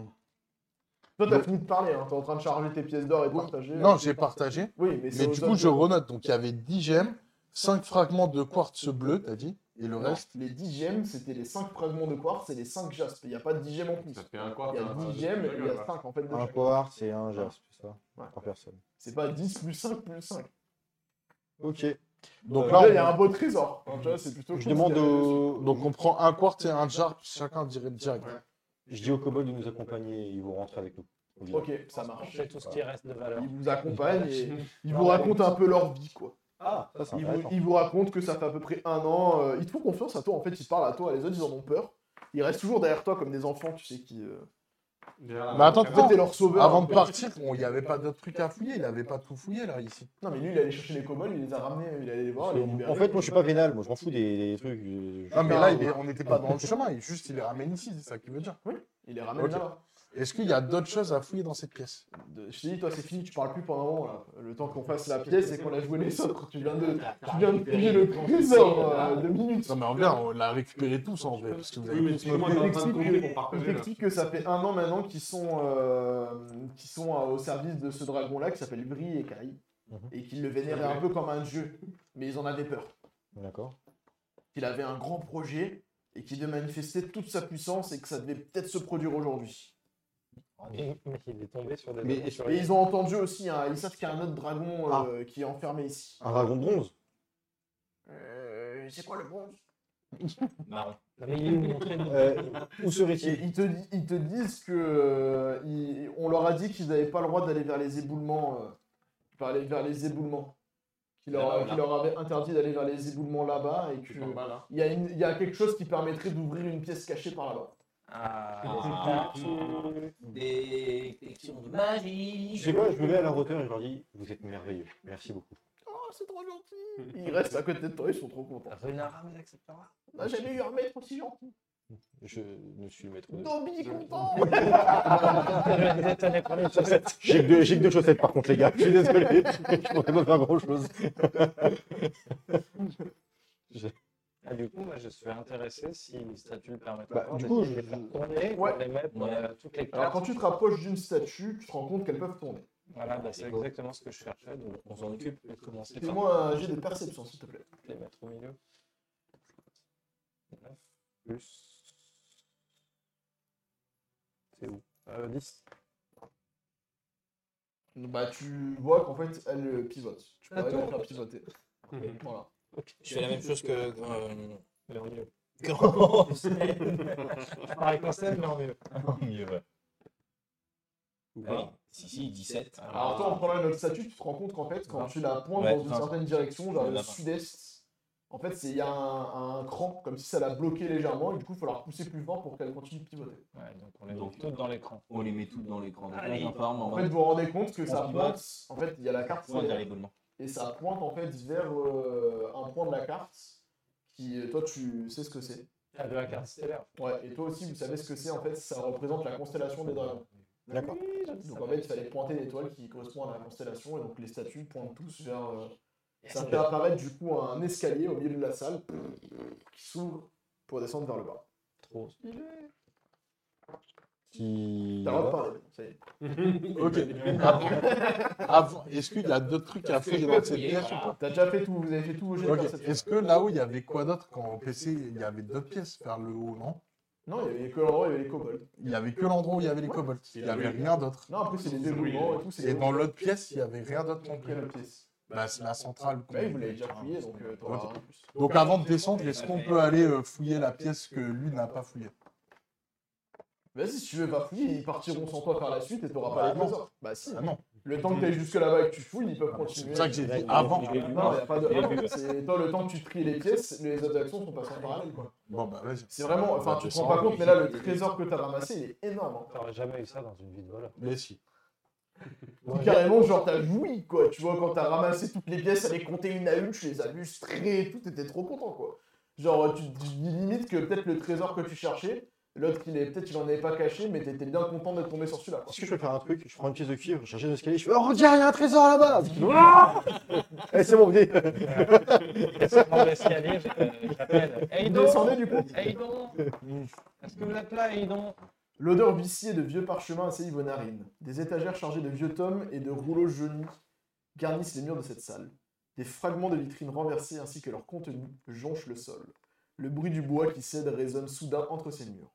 S1: Toi, t'as
S4: Donc-
S1: fini de parler, hein. t'es en train de charger tes pièces d'or et de
S4: Ouais.
S1: partager.
S4: non, j'ai partagé.
S1: oui, mais,
S4: Mais du coup, je renote. Donc, il y avait 10 gemmes, 5 fragments de quartz bleu, t'as dit, et le reste.
S1: reste. Les 10 gemmes, c'était les 5 fragments de quartz et les 5 jaspes. Il n'y a pas de 10 gemmes en plus.
S3: Ça fait un quart.
S1: Il y a
S3: un-
S1: 10
S3: un-
S1: gemmes et il y
S3: un-
S1: a 5 en fait de
S4: Ah.
S2: Un
S1: chaque.
S2: poire, c'est un geste, c'est ça
S1: Ouais.
S2: Par personne.
S1: C'est pas 10 plus 5 plus 5.
S2: Ok.
S4: Donc
S2: Euh,
S4: là,
S1: Là, il y a
S4: on-
S1: un beau trésor. hein, tu vois, c'est plutôt
S2: Je
S1: cool,
S2: demande
S1: c'est-
S2: au...
S4: donc on prend un quartz et un jar, chacun dirait direct.
S2: Je dis au kobold de nous accompagner et ils vont rentrer avec nous. au village.
S1: Ok, ça marche.
S8: C'est tout ce qui reste de valeur.
S1: Ils vous accompagnent et ils vous racontent un peu leur vie, quoi.
S2: Ah, ça c'est
S1: Ils vous,
S2: intéressant.
S1: ils vous racontent que ça fait à peu près un an. euh, ils te font confiance à toi, en fait, ils parlent à toi, les autres, ils en ont peur. Ils restent toujours derrière toi comme des enfants, tu sais, qui, euh,
S3: Derrière la-
S4: Bah, attends,
S2: Ah
S1: En fait, t'es leur sauveur.
S4: Avant de partir, on- il n'y avait pas d'autres trucs à fouiller. Il n'avait pas tout fouillé, là, ici.
S1: Non, mais lui, il allait chercher les kobolds, il les a ramenés, il allait les voir, il les libérer.
S2: En fait, moi, je suis pas vénal. Moi, je m'en fous des, des trucs. je- je-
S4: Non, mais là, il est- on n'était pas dans le chemin. Il, juste, il les ramène ici, c'est ça qu'il veut dire.
S1: il les ramène
S4: Ok.
S1: là.
S4: Est-ce qu'il y a d'autres choses à fouiller dans cette pièce
S1: De- Je te dis, toi, c'est fini, tu parles plus pendant un moment, là. Le temps qu'on fasse la pièce et qu'on a joué les autres, tu viens de, tu viens de piller le trésor en deux minutes.
S4: Non, mais en vrai, on l'a récupéré tous, en vrai. Parce que vous
S3: Oui, mais
S4: avez...
S3: excuse-moi, t'es en train de compter qu'on
S1: Il
S3: partageait, là.
S1: t'explique que ça fait un an maintenant qu'ils sont, euh, qu'ils sont euh, au service de ce dragon-là qui s'appelle Bri et Kai. Et qu'ils le vénéraient un peu comme un dieu. Mais ils en avaient peur.
S2: D'accord.
S1: Qu'il avait un grand projet et qu'il devait manifester toute sa puissance et que ça devait peut-être se produire aujourd'hui.
S6: Mais il est tombé sur des
S2: Mais-
S1: Et ils ont entendu aussi, hein, ils savent qu'il y a un autre dragon euh, qui est enfermé ici.
S2: Un dragon de bronze.
S1: Euh, c'est quoi le bronze
S5: Marron.
S2: Euh, où
S1: Et
S2: serait-il
S1: ils te, di- ils te disent que euh, ils- on leur a dit qu'ils n'avaient pas le droit d'aller vers les éboulements, euh, par les- vers les éboulements, qu'ils leur,
S5: Là-bas, là.
S1: qu'ils leur avaient interdit d'aller vers les éboulements là-bas et que
S3: En bas, là.
S1: il y, a une- il y a quelque chose qui permettrait d'ouvrir une pièce cachée par là-bas.
S5: Ah, détection de
S2: Je
S5: magie.
S2: sais quoi, je me mets à leur hauteur et je leur dis Vous êtes merveilleux. Merci beaucoup.
S1: Oh, c'est trop gentil Ils restent à côté de toi, ils sont trop contents. Ah,
S8: Renara vous acceptera.
S1: J'ai jamais eu un maître aussi gentil.
S2: Je me suis le maître de.
S1: Dobby content
S2: J'ai que, deux- j'ai que deux chaussettes par contre, les gars. Je suis désolé. Je pourrais pas faire grand chose.
S6: Ah, du coup, moi, je suis intéressé si les statues le permettent.
S2: Bah,
S6: encore
S2: du
S6: de-
S2: coup,
S6: de
S2: je-
S6: les faire tourner,
S1: Ouais.
S6: pour les mettre euh, toutes les
S1: Alors
S6: cartes.
S1: quand tu te rapproches d'une statue, tu te rends compte qu'elles peuvent tourner.
S6: Voilà, bah, c'est exactement ce que je cherchais. Donc, on s'en occupe et commencer par
S1: Fais-moi un jet de perception, s'il te plaît.
S6: les mettre au milieu. 9 plus. C'est où euh, 10.
S1: Bah, tu vois qu'en fait, elle euh, pivote. Tu peux
S7: La
S1: arriver à
S7: tour.
S1: la faire pivoter.
S3: Mhm.
S1: Voilà.
S5: Je fais la même chose que. euh,
S6: Mais en mieux.
S5: quand-
S6: Pareil qu'en scène, mais en mieux.
S5: Ah oui, Si, si, hein. 17.
S1: Alors, toi, en prenant une autre statue, tu te rends compte qu'en fait, quand tu la pointes
S5: Ouais,
S1: dans une
S5: vingt.
S1: certaine direction, vers le
S5: Vingt.
S1: sud-est, en fait, c'est- il y a un, un cran, comme si ça la bloquait légèrement, et du coup, il faut la repousser plus fort pour qu'elle continue de pivoter.
S6: Ouais, donc, on les met
S5: Donc.
S6: toutes dans l'écran.
S5: on les met toutes dans l'écran. Donc là,
S8: Allez.
S5: j'informe en
S1: En fait,
S5: mode.
S1: vous vous rendez compte que ça
S5: pivote.
S1: pointe, en fait, il y a la carte,
S5: on va dire
S1: c'est-
S5: l'éboulement.
S1: et ça pointe en fait vers euh, un point de la carte, qui, euh, toi, tu sais ce que c'est.
S6: Ah, de la carte stellaire.
S1: Ouais, et toi aussi, vous savez ce que c'est, en fait, ça représente la constellation des dragons.
S2: D'accord.
S1: Donc en fait, il fallait pointer l'étoile qui correspond à la constellation, et donc les statues pointent tous vers. euh, Ça fait apparaître du coup un escalier au milieu de la salle qui s'ouvre pour descendre vers le bas.
S6: Trop.
S2: Qui.
S1: T'as le droit de parler, ça y est.
S4: Ok. Avant- avant- Est-ce qu'il y a d'autres trucs à fouiller dans cette pièce ou pas
S1: T'as déjà fait tout, vous avez fait tout vos jets de
S4: Ok.
S1: perception.
S4: Est-ce que là-haut, il y avait quoi d'autre Quand on PC, il y avait d'autres pièces vers le haut, non
S1: Non, il y avait que l'endroit, il y avait les kobolds.
S4: Il n'y avait que l'endroit où il y avait les kobolds. Il n'y avait rien d'autre.
S1: Non, en plus, c'est les
S3: Oui,
S1: éboulements et tout, c'est les
S4: Et dans l'autre pièce, il n'y avait rien d'autre non
S1: Donc, il y a
S4: plus.
S1: la pièce.
S4: Bah, c'est la centrale. qu'on-
S1: Bah, oui, vous l'avez déjà fouillé, donc euh, t'auras
S4: Ok.
S1: un plus.
S4: Donc avant de descendre, est-ce qu'on peut aller euh, fouiller la pièce que lui n'a pas fouillée
S1: Vas-y, si tu veux pas fouiller, ils partiront sans toi par la suite et t'auras pas les
S4: non.
S1: trésors. Bah si,
S4: Ah non,
S1: le temps que t'ailles jusque là-bas et que tu fouilles, ils peuvent
S4: Ah, c'est
S1: continuer.
S4: pour ça que j'ai dit avant.
S1: Non, y a pas de.
S6: Il est
S1: non,
S6: vu.
S1: c'est- Toi, le temps que tu tries les pièces, les autres actions sont passées en parallèle, quoi.
S4: Bon, bah vas-y.
S1: C'est vraiment. Enfin, tu te rends pas compte, mais là, le trésor que t'as ramassé, il est énorme. hein.
S6: T'aurais jamais eu ça dans une vie de voleur.
S4: Mais si.
S1: Carrément, genre, t'as joui, quoi. Tu vois, quand t'as ramassé toutes les pièces, t'as les comptées une à une, tu les as lustrées et tout, t'étais trop content, quoi. Genre, tu te dis limite que peut-être le trésor que tu cherchais, l'autre, il est peut-être il en avait pas caché, mais t'étais bien content d'être tombé sur celui-là, quoi.
S2: Est-ce que je peux faire un truc Je prends une pièce de cuivre, je cherche un escalier, je fais Oh, regarde, il y a un trésor là-bas Ah Eh, C'est bon, venez
S8: Descendant de l'escalier, je- j'appelle.
S1: Vous
S8: Eidon
S1: descendez, du coup.
S8: Eidon Est-ce que vous êtes là, Eidon
S1: L'odeur viciée de vieux parchemins assaillit vos narines. Des étagères chargées de vieux tomes et de rouleaux jaunis garnissent les murs de cette salle. Des fragments de vitrines renversés ainsi que leur contenu jonchent le sol. Le bruit du bois qui cède résonne soudain entre ces murs.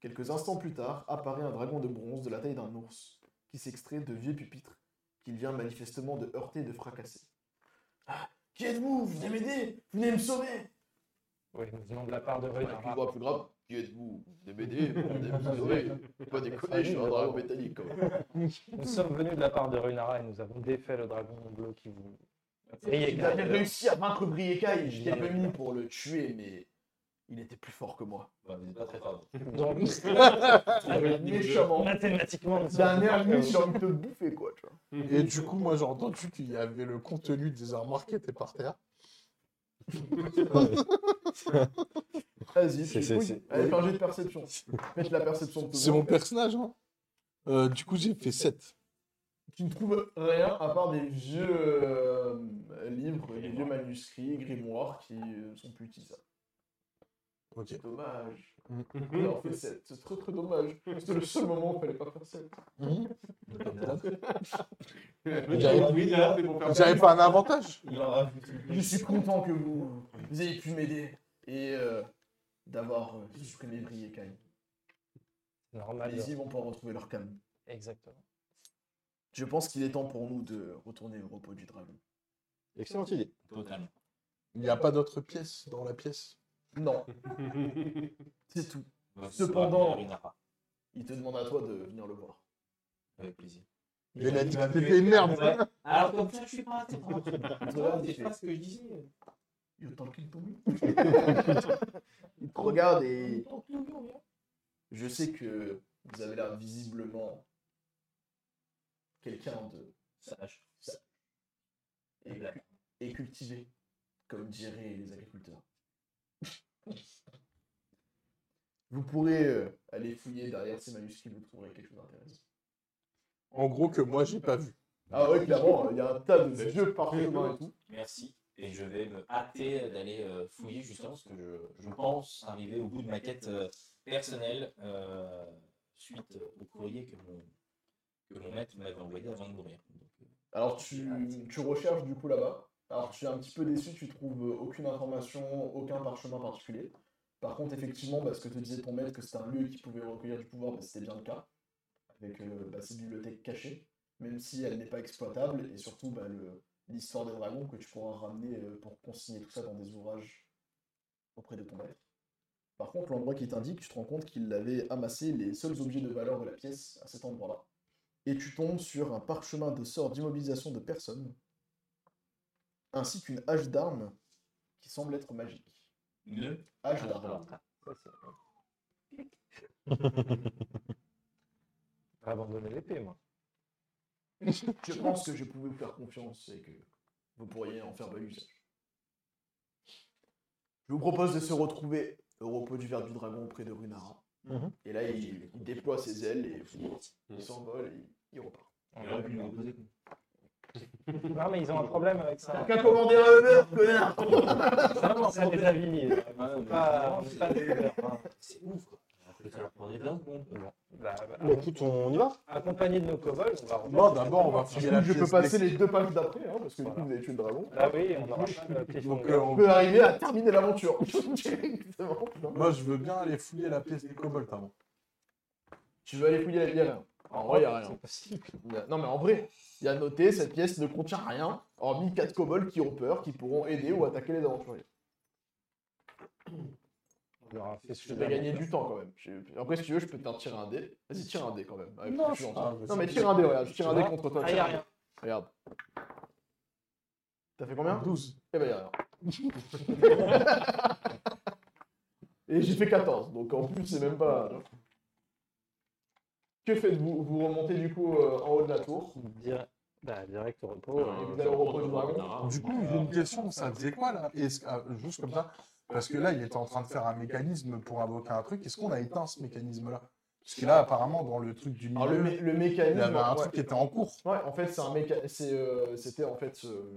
S1: Quelques instants plus tard, apparaît un dragon de bronze de la taille d'un ours qui s'extrait de vieux pupitres qu'il vient manifestement de heurter et de fracasser. Ah, qui êtes-vous Vous venez m'aider Vous venez me sauver
S6: Oui, nous venons de la part de
S1: Plus
S6: Renard.
S1: grave, plus grave. Qui êtes-vous Vous venez m'aider Vous venez me sauver Pas déconner, je suis un dragon métallique quand même.
S6: Nous sommes venus de la part de Renara et nous avons défait le dragon bleu qui vous.
S1: Vous avez réussi à vaincre Briécaille, j'étais venu pour le tuer, mais Il était plus fort que moi.
S5: Bah, vous n'êtes pas très fort.
S6: Donc,
S1: Ah, Méchamment.
S6: mathématiquement, on
S1: D'un air
S6: sait pas.
S1: limite, j'ai envie de te bouffer, quoi, tu vois.
S4: Et du coup, moi, j'ai entendu qu'il y avait le contenu des armoires qui était par terre.
S1: Vas-y,
S2: C'est-
S1: tu
S2: c'est-
S1: fouilles.
S2: c'est-
S1: Allez, fais un jet de perception. Faites la perception de tout le
S4: C'est
S1: monde.
S4: mon personnage, hein. Euh, du coup, j'ai fait 7.
S1: Tu ne trouves rien à part des vieux euh, livres, des vieux manuscrits, grimoires qui euh, sont plus utilisables.
S4: Ok.
S1: C'est dommage. Alors, fait 7. C'est très très dommage. C'était le seul moment où il fallait pas faire 7.
S4: Mmh.
S3: Oui, là, c'est pour faire
S4: J'avais pas un avantage.
S5: Il en a
S1: Je suis content que vous, vous ayez pu m'aider et euh, d'avoir euh, supprimé Brie et Cain.
S6: Normal.
S1: Allez-y, ils vont pouvoir retrouver leur calme.
S6: Exactement.
S1: Je pense qu'il est temps pour nous de retourner au repos du dragon.
S2: Excellente idée.
S5: Totalement.
S4: Il n'y a pas d'autre pièce dans la pièce.
S1: Non, c'est tout.
S5: Bah,
S1: Cependant-
S5: ce soir, il y en aura.
S1: Il te demande à toi de venir le voir.
S5: Avec plaisir.
S4: Mais la dit c'était une merde.
S5: Ouais. Alors comme ça, je suis pas. t'es pas- Tu vois, c'est pas ce que je disais.
S1: You talking to me Il te regarde et. Je sais que vous avez l'air visiblement quelqu'un de
S5: Sage.
S1: et, cu- et cultivé, comme diraient les agriculteurs. Vous pourrez euh, aller fouiller derrière ces manuscrits, vous trouverez quelque chose d'intéressant.
S4: En gros, que moi, j'ai pas vu.
S1: Ah ouais, clairement, il y a un tas de vieux parchemins et tout.
S5: Merci. Et je vais me hâter d'aller euh, fouiller justement parce que je, je pense arriver au bout de ma quête euh, personnelle euh, suite euh, au courrier que mon, que mon maître m'avait envoyé avant de mourir. Donc, euh,
S1: Alors tu, tu recherches du coup là-bas. Alors tu es un petit peu déçu, tu trouves euh, aucune information, aucun parchemin particulier. Par contre, effectivement, bah, ce que te disait ton maître, que c'était un lieu qui pouvait recueillir du pouvoir, bah, c'était bien le cas, avec euh, bah, cette bibliothèque cachée, même si elle n'est pas exploitable, et surtout bah, le- l'histoire des dragons que tu pourras ramener euh, pour consigner tout ça dans des ouvrages auprès de ton maître. Par contre, l'endroit qui t'indique, tu te rends compte qu'il avait amassé les seuls objets de valeur de la pièce à cet endroit-là et tu tombes sur un parchemin de sort d'immobilisation de personnes, ainsi qu'une hache d'armes qui semble être magique.
S5: Une
S1: Hache d'armes.
S6: Pas abandonner l'épée, moi.
S1: Je pense que je pouvais vous faire confiance et que vous pourriez en faire bon usage. Je vous propose de se retrouver au repos du ver du dragon près de Runara.
S2: Mhm.
S1: Et là, il, il déploie ses ailes et il s'envole et il repart.
S5: Il aurait pu nous reposer.
S6: Non, mais ils ont un problème avec ça.
S1: Qu'à commander un Uber, connard
S6: Vraiment, ça les a vignés.
S5: Ouais,
S6: Faut pas- faut pas les faire, hein.
S5: C'est ouf quoi. Alors que ça leur prendrait 20 secondes. quoi.
S6: Bah, bah,
S2: Bah, écoute, on y va.
S6: Accompagné de nos covols, on va
S4: Non, d'abord, on va fouiller la
S1: Je
S4: pièce.
S1: peux passer les deux pages d'après, hein, parce que du
S6: Voilà.
S1: coup, vous avez tué le dragon.
S6: Là, oui, on aura pas de piège
S4: Donc,
S6: longueur.
S4: euh,
S1: On
S4: on-
S1: peut arriver à terminer l'aventure. Directement, putain.
S4: moi, je veux bien aller fouiller la pièce des kobolds avant.
S1: Tu veux aller fouiller la pièce En vrai, il a rien. Non, mais en vrai, il y a noté, cette pièce ne contient rien, hormis 4 kobolds qui ont peur, qui pourront aider ou attaquer les aventuriers.
S6: On leur a fait ce
S1: Je vais gagner du temps quand même. J'ai- Après, si tu veux, je peux t'en tirer un dé. Vas-y, tire un dé quand même. Ouais,
S6: Non,
S1: je suis gentil.
S4: ah, bah,
S1: non, mais
S4: c'est-
S1: tire un dé, regarde. Je tire un dé contre toi.
S6: Ah,
S1: tire
S6: y a
S1: un dé.
S6: rien.
S1: Regarde. T'as fait combien
S4: 12.
S1: Eh ben, y a rien. Et j'ai fait 14, donc en plus, c'est même pas. Que faites-vous Vous remontez du coup euh, en haut de la tour.
S6: Dire- bah, direct au repos.
S1: Et vous allez au repos du dragon.
S4: Du coup, j'ai une question, ça faisait quoi là Est-ce que- ah, Juste comme ça, parce que là, il était en train de faire un mécanisme pour invoquer un truc. Est-ce qu'on a éteint ce mécanisme-là Parce que là, apparemment, dans le truc du
S1: Alors le,
S4: milieu,
S1: mé- le
S4: il y
S1: mécanisme,
S4: avait un
S1: ouais.
S4: truc qui était en cours.
S1: Ouais, en fait, c'est un méca- c'est, euh, c'était en fait euh,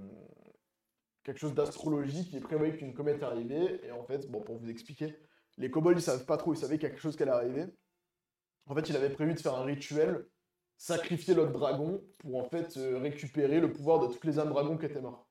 S1: quelque chose d'astrologie qui prévoyait qu'une comète arrivait. Et en fait, bon, pour vous expliquer, les kobolds ils savent pas trop, ils savaient qu'il y a quelque chose qui allait arriver. En fait, il avait prévu de faire un rituel, sacrifier l'autre dragon pour en fait euh, récupérer le pouvoir de toutes les âmes dragons qui étaient morts.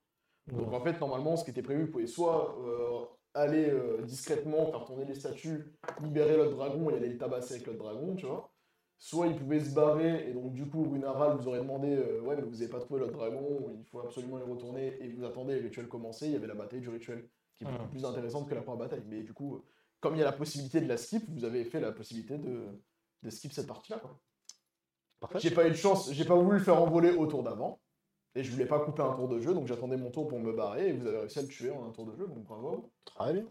S1: Donc en fait, normalement, ce qui était prévu, vous pouvez soit euh, aller euh, discrètement, faire tourner les statues, libérer l'autre dragon et aller le tabasser avec l'autre dragon, tu vois. Soit ils pouvaient se barrer, et donc du coup, Runara vous aurait demandé euh, Ouais, mais vous n'avez pas trouvé l'autre dragon, il faut absolument les retourner, et vous attendez le rituel commencer. Il y avait la bataille du rituel, qui est beaucoup plus intéressante que la première bataille. Mais du coup, euh, comme il y a la possibilité de la skip, vous avez fait la possibilité de, de skip cette partie-là. quoi.
S2: Parfait.
S1: J'ai pas eu de chance, j'ai pas voulu le faire envoler au tour d'avant. Et je voulais pas couper un tour de jeu, donc j'attendais mon tour pour me barrer, et vous avez réussi à le tuer en un tour de jeu, donc bravo.
S2: Très bien.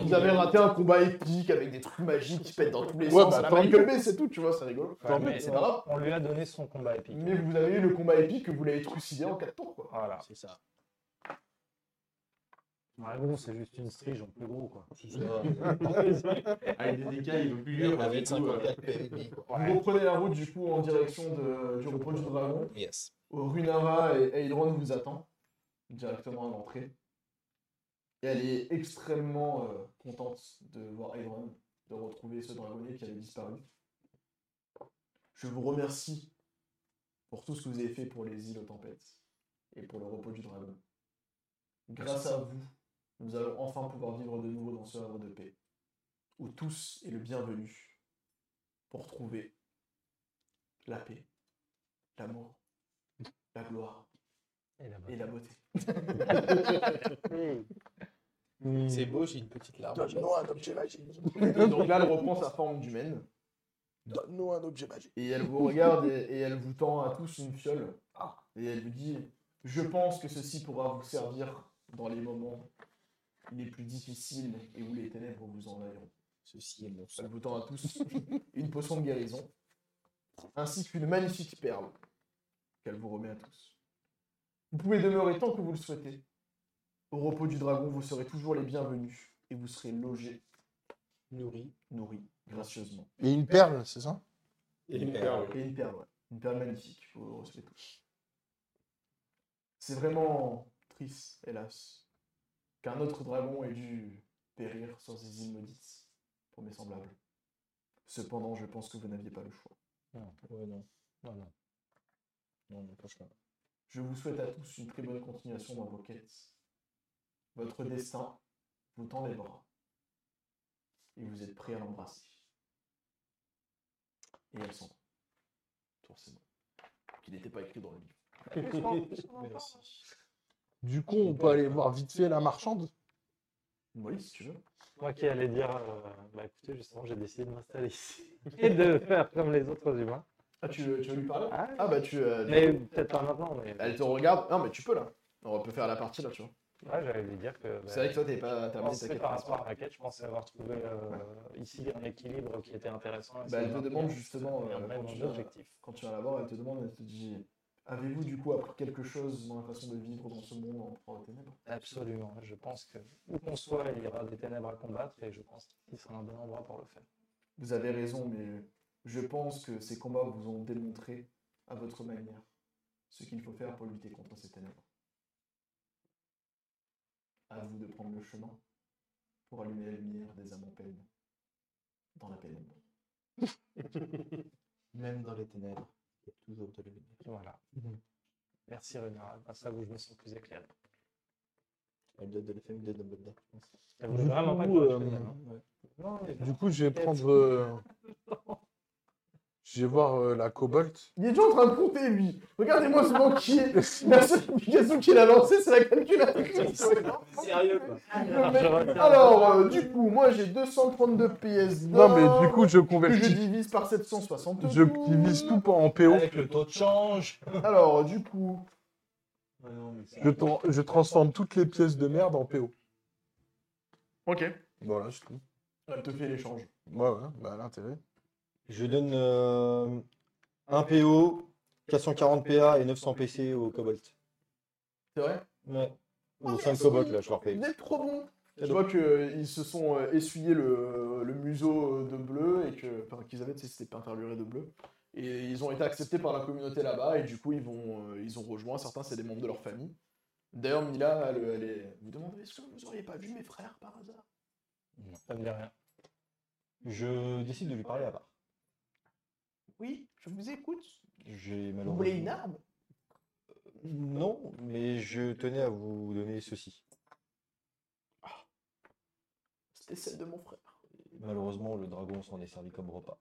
S1: Vous avez raté un combat épique avec des trucs magiques qui pètent dans tous les
S4: Ouais,
S1: sens,
S4: bah,
S1: à la
S4: tant
S1: Michael Bay, c'est tout, tu vois, c'est rigolo. mais
S6: Ouais, mais-
S1: c'est pas grave.
S6: On lui a donné son combat épique.
S1: Mais vous avez eu le combat épique que vous l'avez trucidé en 4 tours, quoi.
S6: Voilà.
S5: C'est ça.
S6: Ouais, bon, c'est juste une strige en plus gros, quoi.
S3: Avec des dégâts, il veut plus lire.
S5: Avec
S3: du coup, euh,
S5: 54 PMI. quoi.
S1: Vous reprenez la route, du coup, en direction de- du repos du dragon.
S5: Yes.
S1: Runara et Aelron vous attend directement à l'entrée. Et elle est extrêmement euh, contente de voir Aelron, de retrouver ce dragonnier qui avait disparu. Je vous remercie pour tout ce que vous avez fait pour les îles aux tempêtes et pour le repos du dragon. Grâce à vous, nous allons enfin pouvoir vivre de nouveau dans ce havre de paix, où tous est le bienvenu pour trouver la paix, l'amour la gloire
S6: Et là-bas.
S1: et la beauté.
S5: C'est beau, j'ai une petite larme.
S1: Donne-nous un objet magique. Donc là, elle reprend sa forme d'humaine.
S2: Donne-nous un objet magique.
S1: Et elle vous regarde et, et elle vous tend à tous une fiole. Ah. Et elle vous dit Je pense que ceci pourra vous servir dans les moments les plus difficiles et où les ténèbres vous envahiront.
S5: Ceci est mon
S1: Elle
S5: seul.
S1: vous tend à tous une potion de guérison, ainsi qu'une magnifique perle qu'elle vous remet à tous. Vous pouvez demeurer tant que vous le souhaitez. Au repos du dragon, vous serez toujours les bienvenus et vous serez logés,
S5: Nourri.
S1: nourris, gracieusement.
S4: Et une perle, c'est ça
S5: Et une perle.
S1: Et une perle, ouais. Une perle magnifique, il faut le respecter. C'est vraiment triste, hélas, qu'un autre dragon ait dû périr sur ces îles maudites, pour mes semblables. Cependant, je pense que vous n'aviez pas le choix.
S5: Ouais, non. Non, non. Non, non, franchement.
S1: Je vous souhaite à tous une très bonne continuation dans vos quêtes. Votre destin vous tend les bras. Et vous êtes prêts à l'embrasser. Et elle s'en va. Forcément. Qui n'était pas écrit dans le livre.
S4: Du coup, on peut aller voir vite fait la marchande.
S1: Oui, si tu veux.
S6: Moi qui allais dire, euh, bah écoutez, justement, j'ai décidé de m'installer ici et de faire comme les autres humains.
S1: Ah, tu veux, tu veux lui parler
S6: Ah,
S1: Ah, bah tu. euh,
S6: mais peut-être pas maintenant, mais
S1: Elle te regarde. Non, mais tu peux là. On peut faire la partie là, tu vois.
S6: ouais, j'allais lui dire que. bah,
S1: C'est vrai que toi, t'es pas.
S6: je
S1: T'as amené ta
S6: pensais
S1: quête.
S6: par rapport à la quête, je pensais avoir trouvé euh, ici un équilibre qui était intéressant.
S1: Bah, elle te demande justement.
S6: un
S1: euh,
S6: vrai
S1: quand
S6: bon
S1: tu viens-
S6: objectif.
S1: quand tu vas la voir, elle te demande, elle te dit Avez-vous du coup appris quelque chose dans la façon de vivre dans ce monde en proie aux ténèbres
S6: Absolument. Je pense que où qu'on soit, il y aura des ténèbres à combattre et je pense qu'il sera un bon endroit pour le faire.
S1: Vous avez raison, mais je pense que ces combats vous ont démontré à votre manière ce qu'il faut faire pour lutter contre ces ténèbres. À vous de prendre le chemin pour allumer la lumière des âmes en peine dans la pénombre.
S5: Même dans les ténèbres, il y a toujours de la lumière.
S6: Voilà. Merci Renard. Grâce à vous, je me sens plus éclairé.
S5: Elle date de la famille de Dumbledore, je pense.
S6: Ça
S4: Du
S6: voulait vraiment pas
S4: coup,
S6: que je
S4: euh,
S6: fasse, hein. Non, mais-
S4: Du coup, je vais prendre. euh, Je vais voir euh, la cobalt.
S1: Il est déjà en train de compter, lui Regardez-moi ce banquier La seule application qu'il a lancée, c'est la calculatrice
S5: Sérieux
S6: Je retiens.
S1: Alors, euh, du coup, moi j'ai 232 PS
S4: Non, mais du
S1: d'or.
S4: coup, je
S1: que je
S4: convertis.
S1: divise par 762.
S4: Je divise tout en PO.
S5: Avec le taux de change
S1: Alors, du coup,
S4: Je, tran- je transforme toutes les pièces de merde en PO.
S1: ok,
S4: Voilà, c'est tout.
S1: elle te fait l'échange.
S4: Ouais, ouais, bah l'intérêt.
S2: Je donne euh, un PO, 440 PA et 900 PC au Cobalt.
S1: C'est vrai
S2: Ouais.
S1: Oh,
S2: Ou 5
S1: merci.
S2: Cobalt, là, je leur paye.
S1: Vous êtes trop bon Je
S2: Cadeau.
S1: vois qu'ils se sont euh, essuyés le, le museau euh, de bleu et que, enfin, qu'ils avaient, tu sais, c'était peinturluré de bleu. Et ils ont été acceptés par la communauté là-bas et du coup, ils, vont, euh, ils ont rejoint. Certains, c'est des membres de leur famille. D'ailleurs, Mila, elle, elle est... vous demandez est-ce que vous auriez pas vu mes frères par hasard
S6: Ça me dit rien.
S2: Je décide de lui parler à part.
S1: Oui, je vous écoute.
S2: J'ai
S1: Vous
S2: malheureusement.
S1: voulez une arme
S2: Non, mais je tenais à vous donner ceci.
S1: C'était celle de mon frère.
S2: Malheureusement, le dragon s'en est servi comme repas.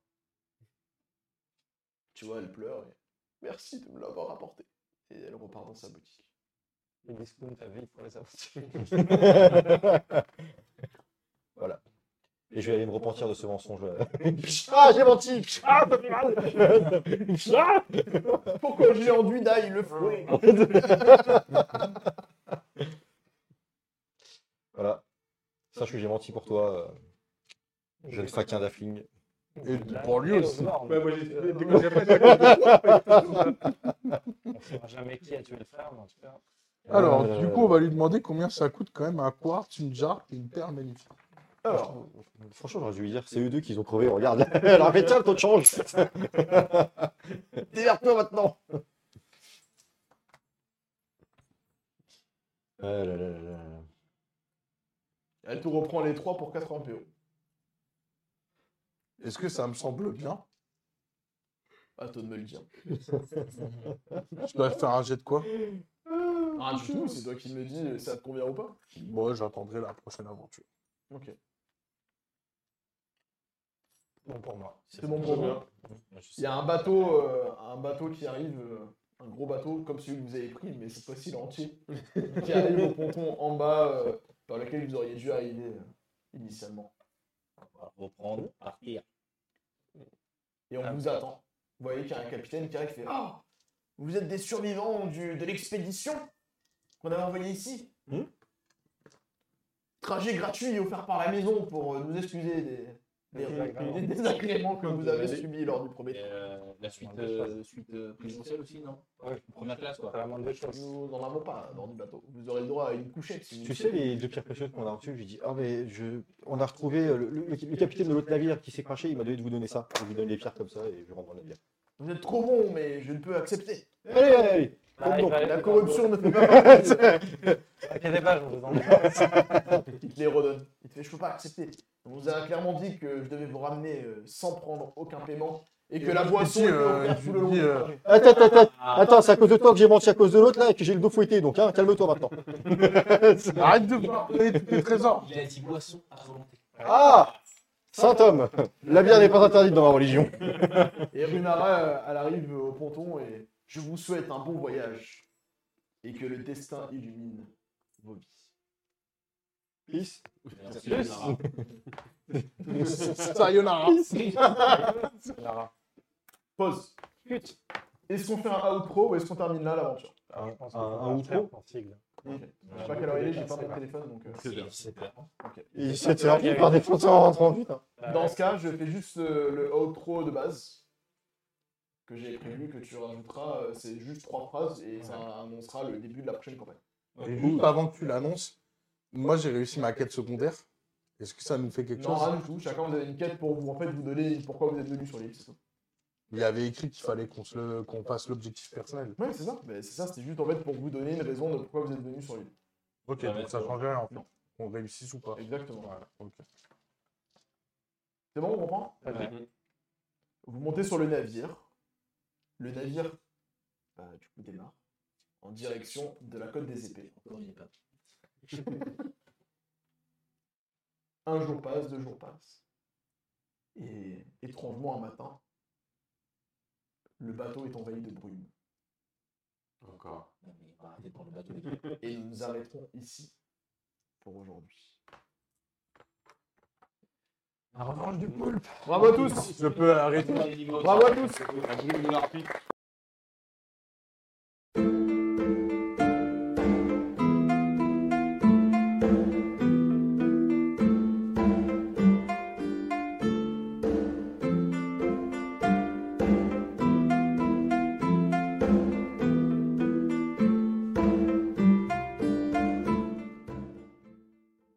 S1: Tu vois, elle pleure. et, Merci de me l'avoir apporté. Et elle repart dans sa boutique.
S6: Les discounts à vie pour les aventures.
S2: voilà. Et je vais aller me repentir de ce mensonge. ah, j'ai menti Ah, ça fait mal Ah
S1: Pourquoi j'ai enduit d'ail le fouet
S2: Voilà. Sache que j'ai menti pour toi, euh, jeune faquin d'affling.
S1: Et pour lui aussi.
S3: Ouais, moi, j'ai
S6: euh,
S3: dès que j'ai appris ça, je-
S8: On ne saura jamais qui a tué le frère, mais en tout cas.
S6: Ah,
S4: Alors,
S2: Euh,
S4: du coup, on va lui demander combien ça coûte quand même un quartz, une jarpe et une perle magnifique.
S2: Alors, franchement, j'aurais dû lui dire, c'est eux deux qui ont crevé, regarde. Alors, mais tiens, le taux de change Déverte-toi maintenant Ah là là là là là.
S1: Elle te reprend les 3 pour 4 en PO.
S4: Est-ce que ça me semble bien
S1: À toi de me le dire.
S4: Je dois faire un jet de quoi
S1: Ah, du tout, c'est toi qui me dis euh, ça te convient ou pas
S4: Bon, j'attendrai la prochaine aventure.
S6: Bon pour moi.
S1: C'est bon pour moi. Il y a un bateau, euh, un bateau qui arrive, euh, un gros bateau comme celui que vous avez pris, mais cette fois-ci l'entier, qui arrive au ponton en bas euh, par lequel vous auriez dû arriver euh, initialement.
S5: On va reprendre, partir.
S1: Et on vous attend. Vous voyez qu'il y a un capitaine qui arrive qui fait Ah Vous êtes des survivants du, de l'expédition qu'on avait envoyée ici
S2: Hmm
S1: Trajet gratuit offert par la maison pour euh, nous excuser des, des,
S6: Désagréments.
S1: des désagréments que vous avez subis lors du premier
S5: Et,
S1: trajet.
S5: euh, la suite, euh, suite euh, présidentielle aussi, non
S6: Ouais.
S5: Première classe,
S6: T'as
S5: quoi.
S6: la moindre des choses.
S1: Nous n'en avons pas hein, dans du bateau. Vous aurez le droit à une couchette. si vous
S2: Tu sais, les deux pierres précieuses qu'on a reçues, j'ai dit Ah, mais je... on a retrouvé euh, le, le- le capitaine de l'autre navire qui s'est craché, il m'a donné de vous donner ça. Je vous donne les pierres comme ça et je rentre dans le navire.
S1: Vous êtes trop bon, mais je ne peux accepter.
S2: Allez, allez, allez
S6: Ah,
S8: Bah,
S2: donc,
S8: il fallait-
S1: La corruption ne fait pas partie. de-
S8: Inquiétez pas, je vous en
S1: Il te les redonne. Il te fait, je peux pas accepter. On vous a clairement dit que je devais vous ramener euh, sans prendre aucun paiement et que
S4: Et
S1: la
S4: moi, je
S1: boisson
S4: dis,
S1: était
S4: euh,
S1: offerte
S4: je
S1: tout
S4: lui
S1: le long
S4: dis,
S1: du
S4: euh,
S1: trajet.
S2: Attends, attends, attends, attends, c'est à cause de toi que j'ai menti à cause de l'autre là et que j'ai le dos fouetté, donc hein, calme-toi maintenant.
S4: Arrête de parler de tes trésors
S5: Il a dit boisson à volonté.
S2: Ah Saint homme La bière n'est pas interdite dans la religion.
S1: Et Runara, euh, elle arrive au ponton et je vous souhaite un bon voyage et que le destin illumine vos vies.
S2: Peace.
S5: Merci, Bernard.
S4: Sayonara
S1: Pause. Est-ce qu'on fait un outro ou est-ce qu'on termine là l'aventure
S6: Alors, je pense que
S2: Un-
S6: faut
S2: un
S6: pas
S2: ou
S6: le faire
S2: trop.
S6: pour sigle.
S4: Mmh.
S1: Je sais pas quelle heure il est, j'ai pas mon téléphone donc. euh,
S2: Et c'est servi par des fonds en rentrant vite.
S6: Bah,
S1: Dans ce cas, je fais juste euh, le outro de base que j'ai prévu, que tu rajouteras. euh, C'est juste trois phrases et ça annoncera le début de la prochaine campagne.
S4: Et juste avant que tu l'annonces, moi j'ai réussi ma quête secondaire. Est-ce que ça nous fait quelque
S1: Non,
S4: chose
S1: rien du tout. Chacun, vous avez une quête pour vous, en fait, vous donner pourquoi vous êtes venu sur l'île. c'est tout.
S4: Il avait écrit qu'il fallait qu'on se le- qu'on passe l'objectif personnel.
S1: Ouais, c'est ça. Mais Ben, c'est ça, c'était juste en fait pour vous donner une raison de pourquoi vous êtes venu sur l'île.
S4: Ok,
S5: Ouais,
S4: donc ça
S5: d'accord.
S4: change rien en fait. Qu'on réussisse ou pas.
S1: Exactement.
S4: Voilà, ok.
S1: C'est bon, on comprend Vous montez sur le navire. Le navire, bah, du coup, démarre en direction de la côte des épées.
S5: Encore une étape.
S1: Un jour passe, deux jours passent. Et étrangement, un matin, le bateau est envahi de brume.
S3: Encore.
S5: Non, mais on va arrêter de prendre le bateau.
S1: Et nous nous arrêterons ici pour aujourd'hui.
S6: La revanche du poulpe
S1: Bravo à tous
S4: Je peux arrêter
S1: Bravo à tous
S3: La brume de l'arpique.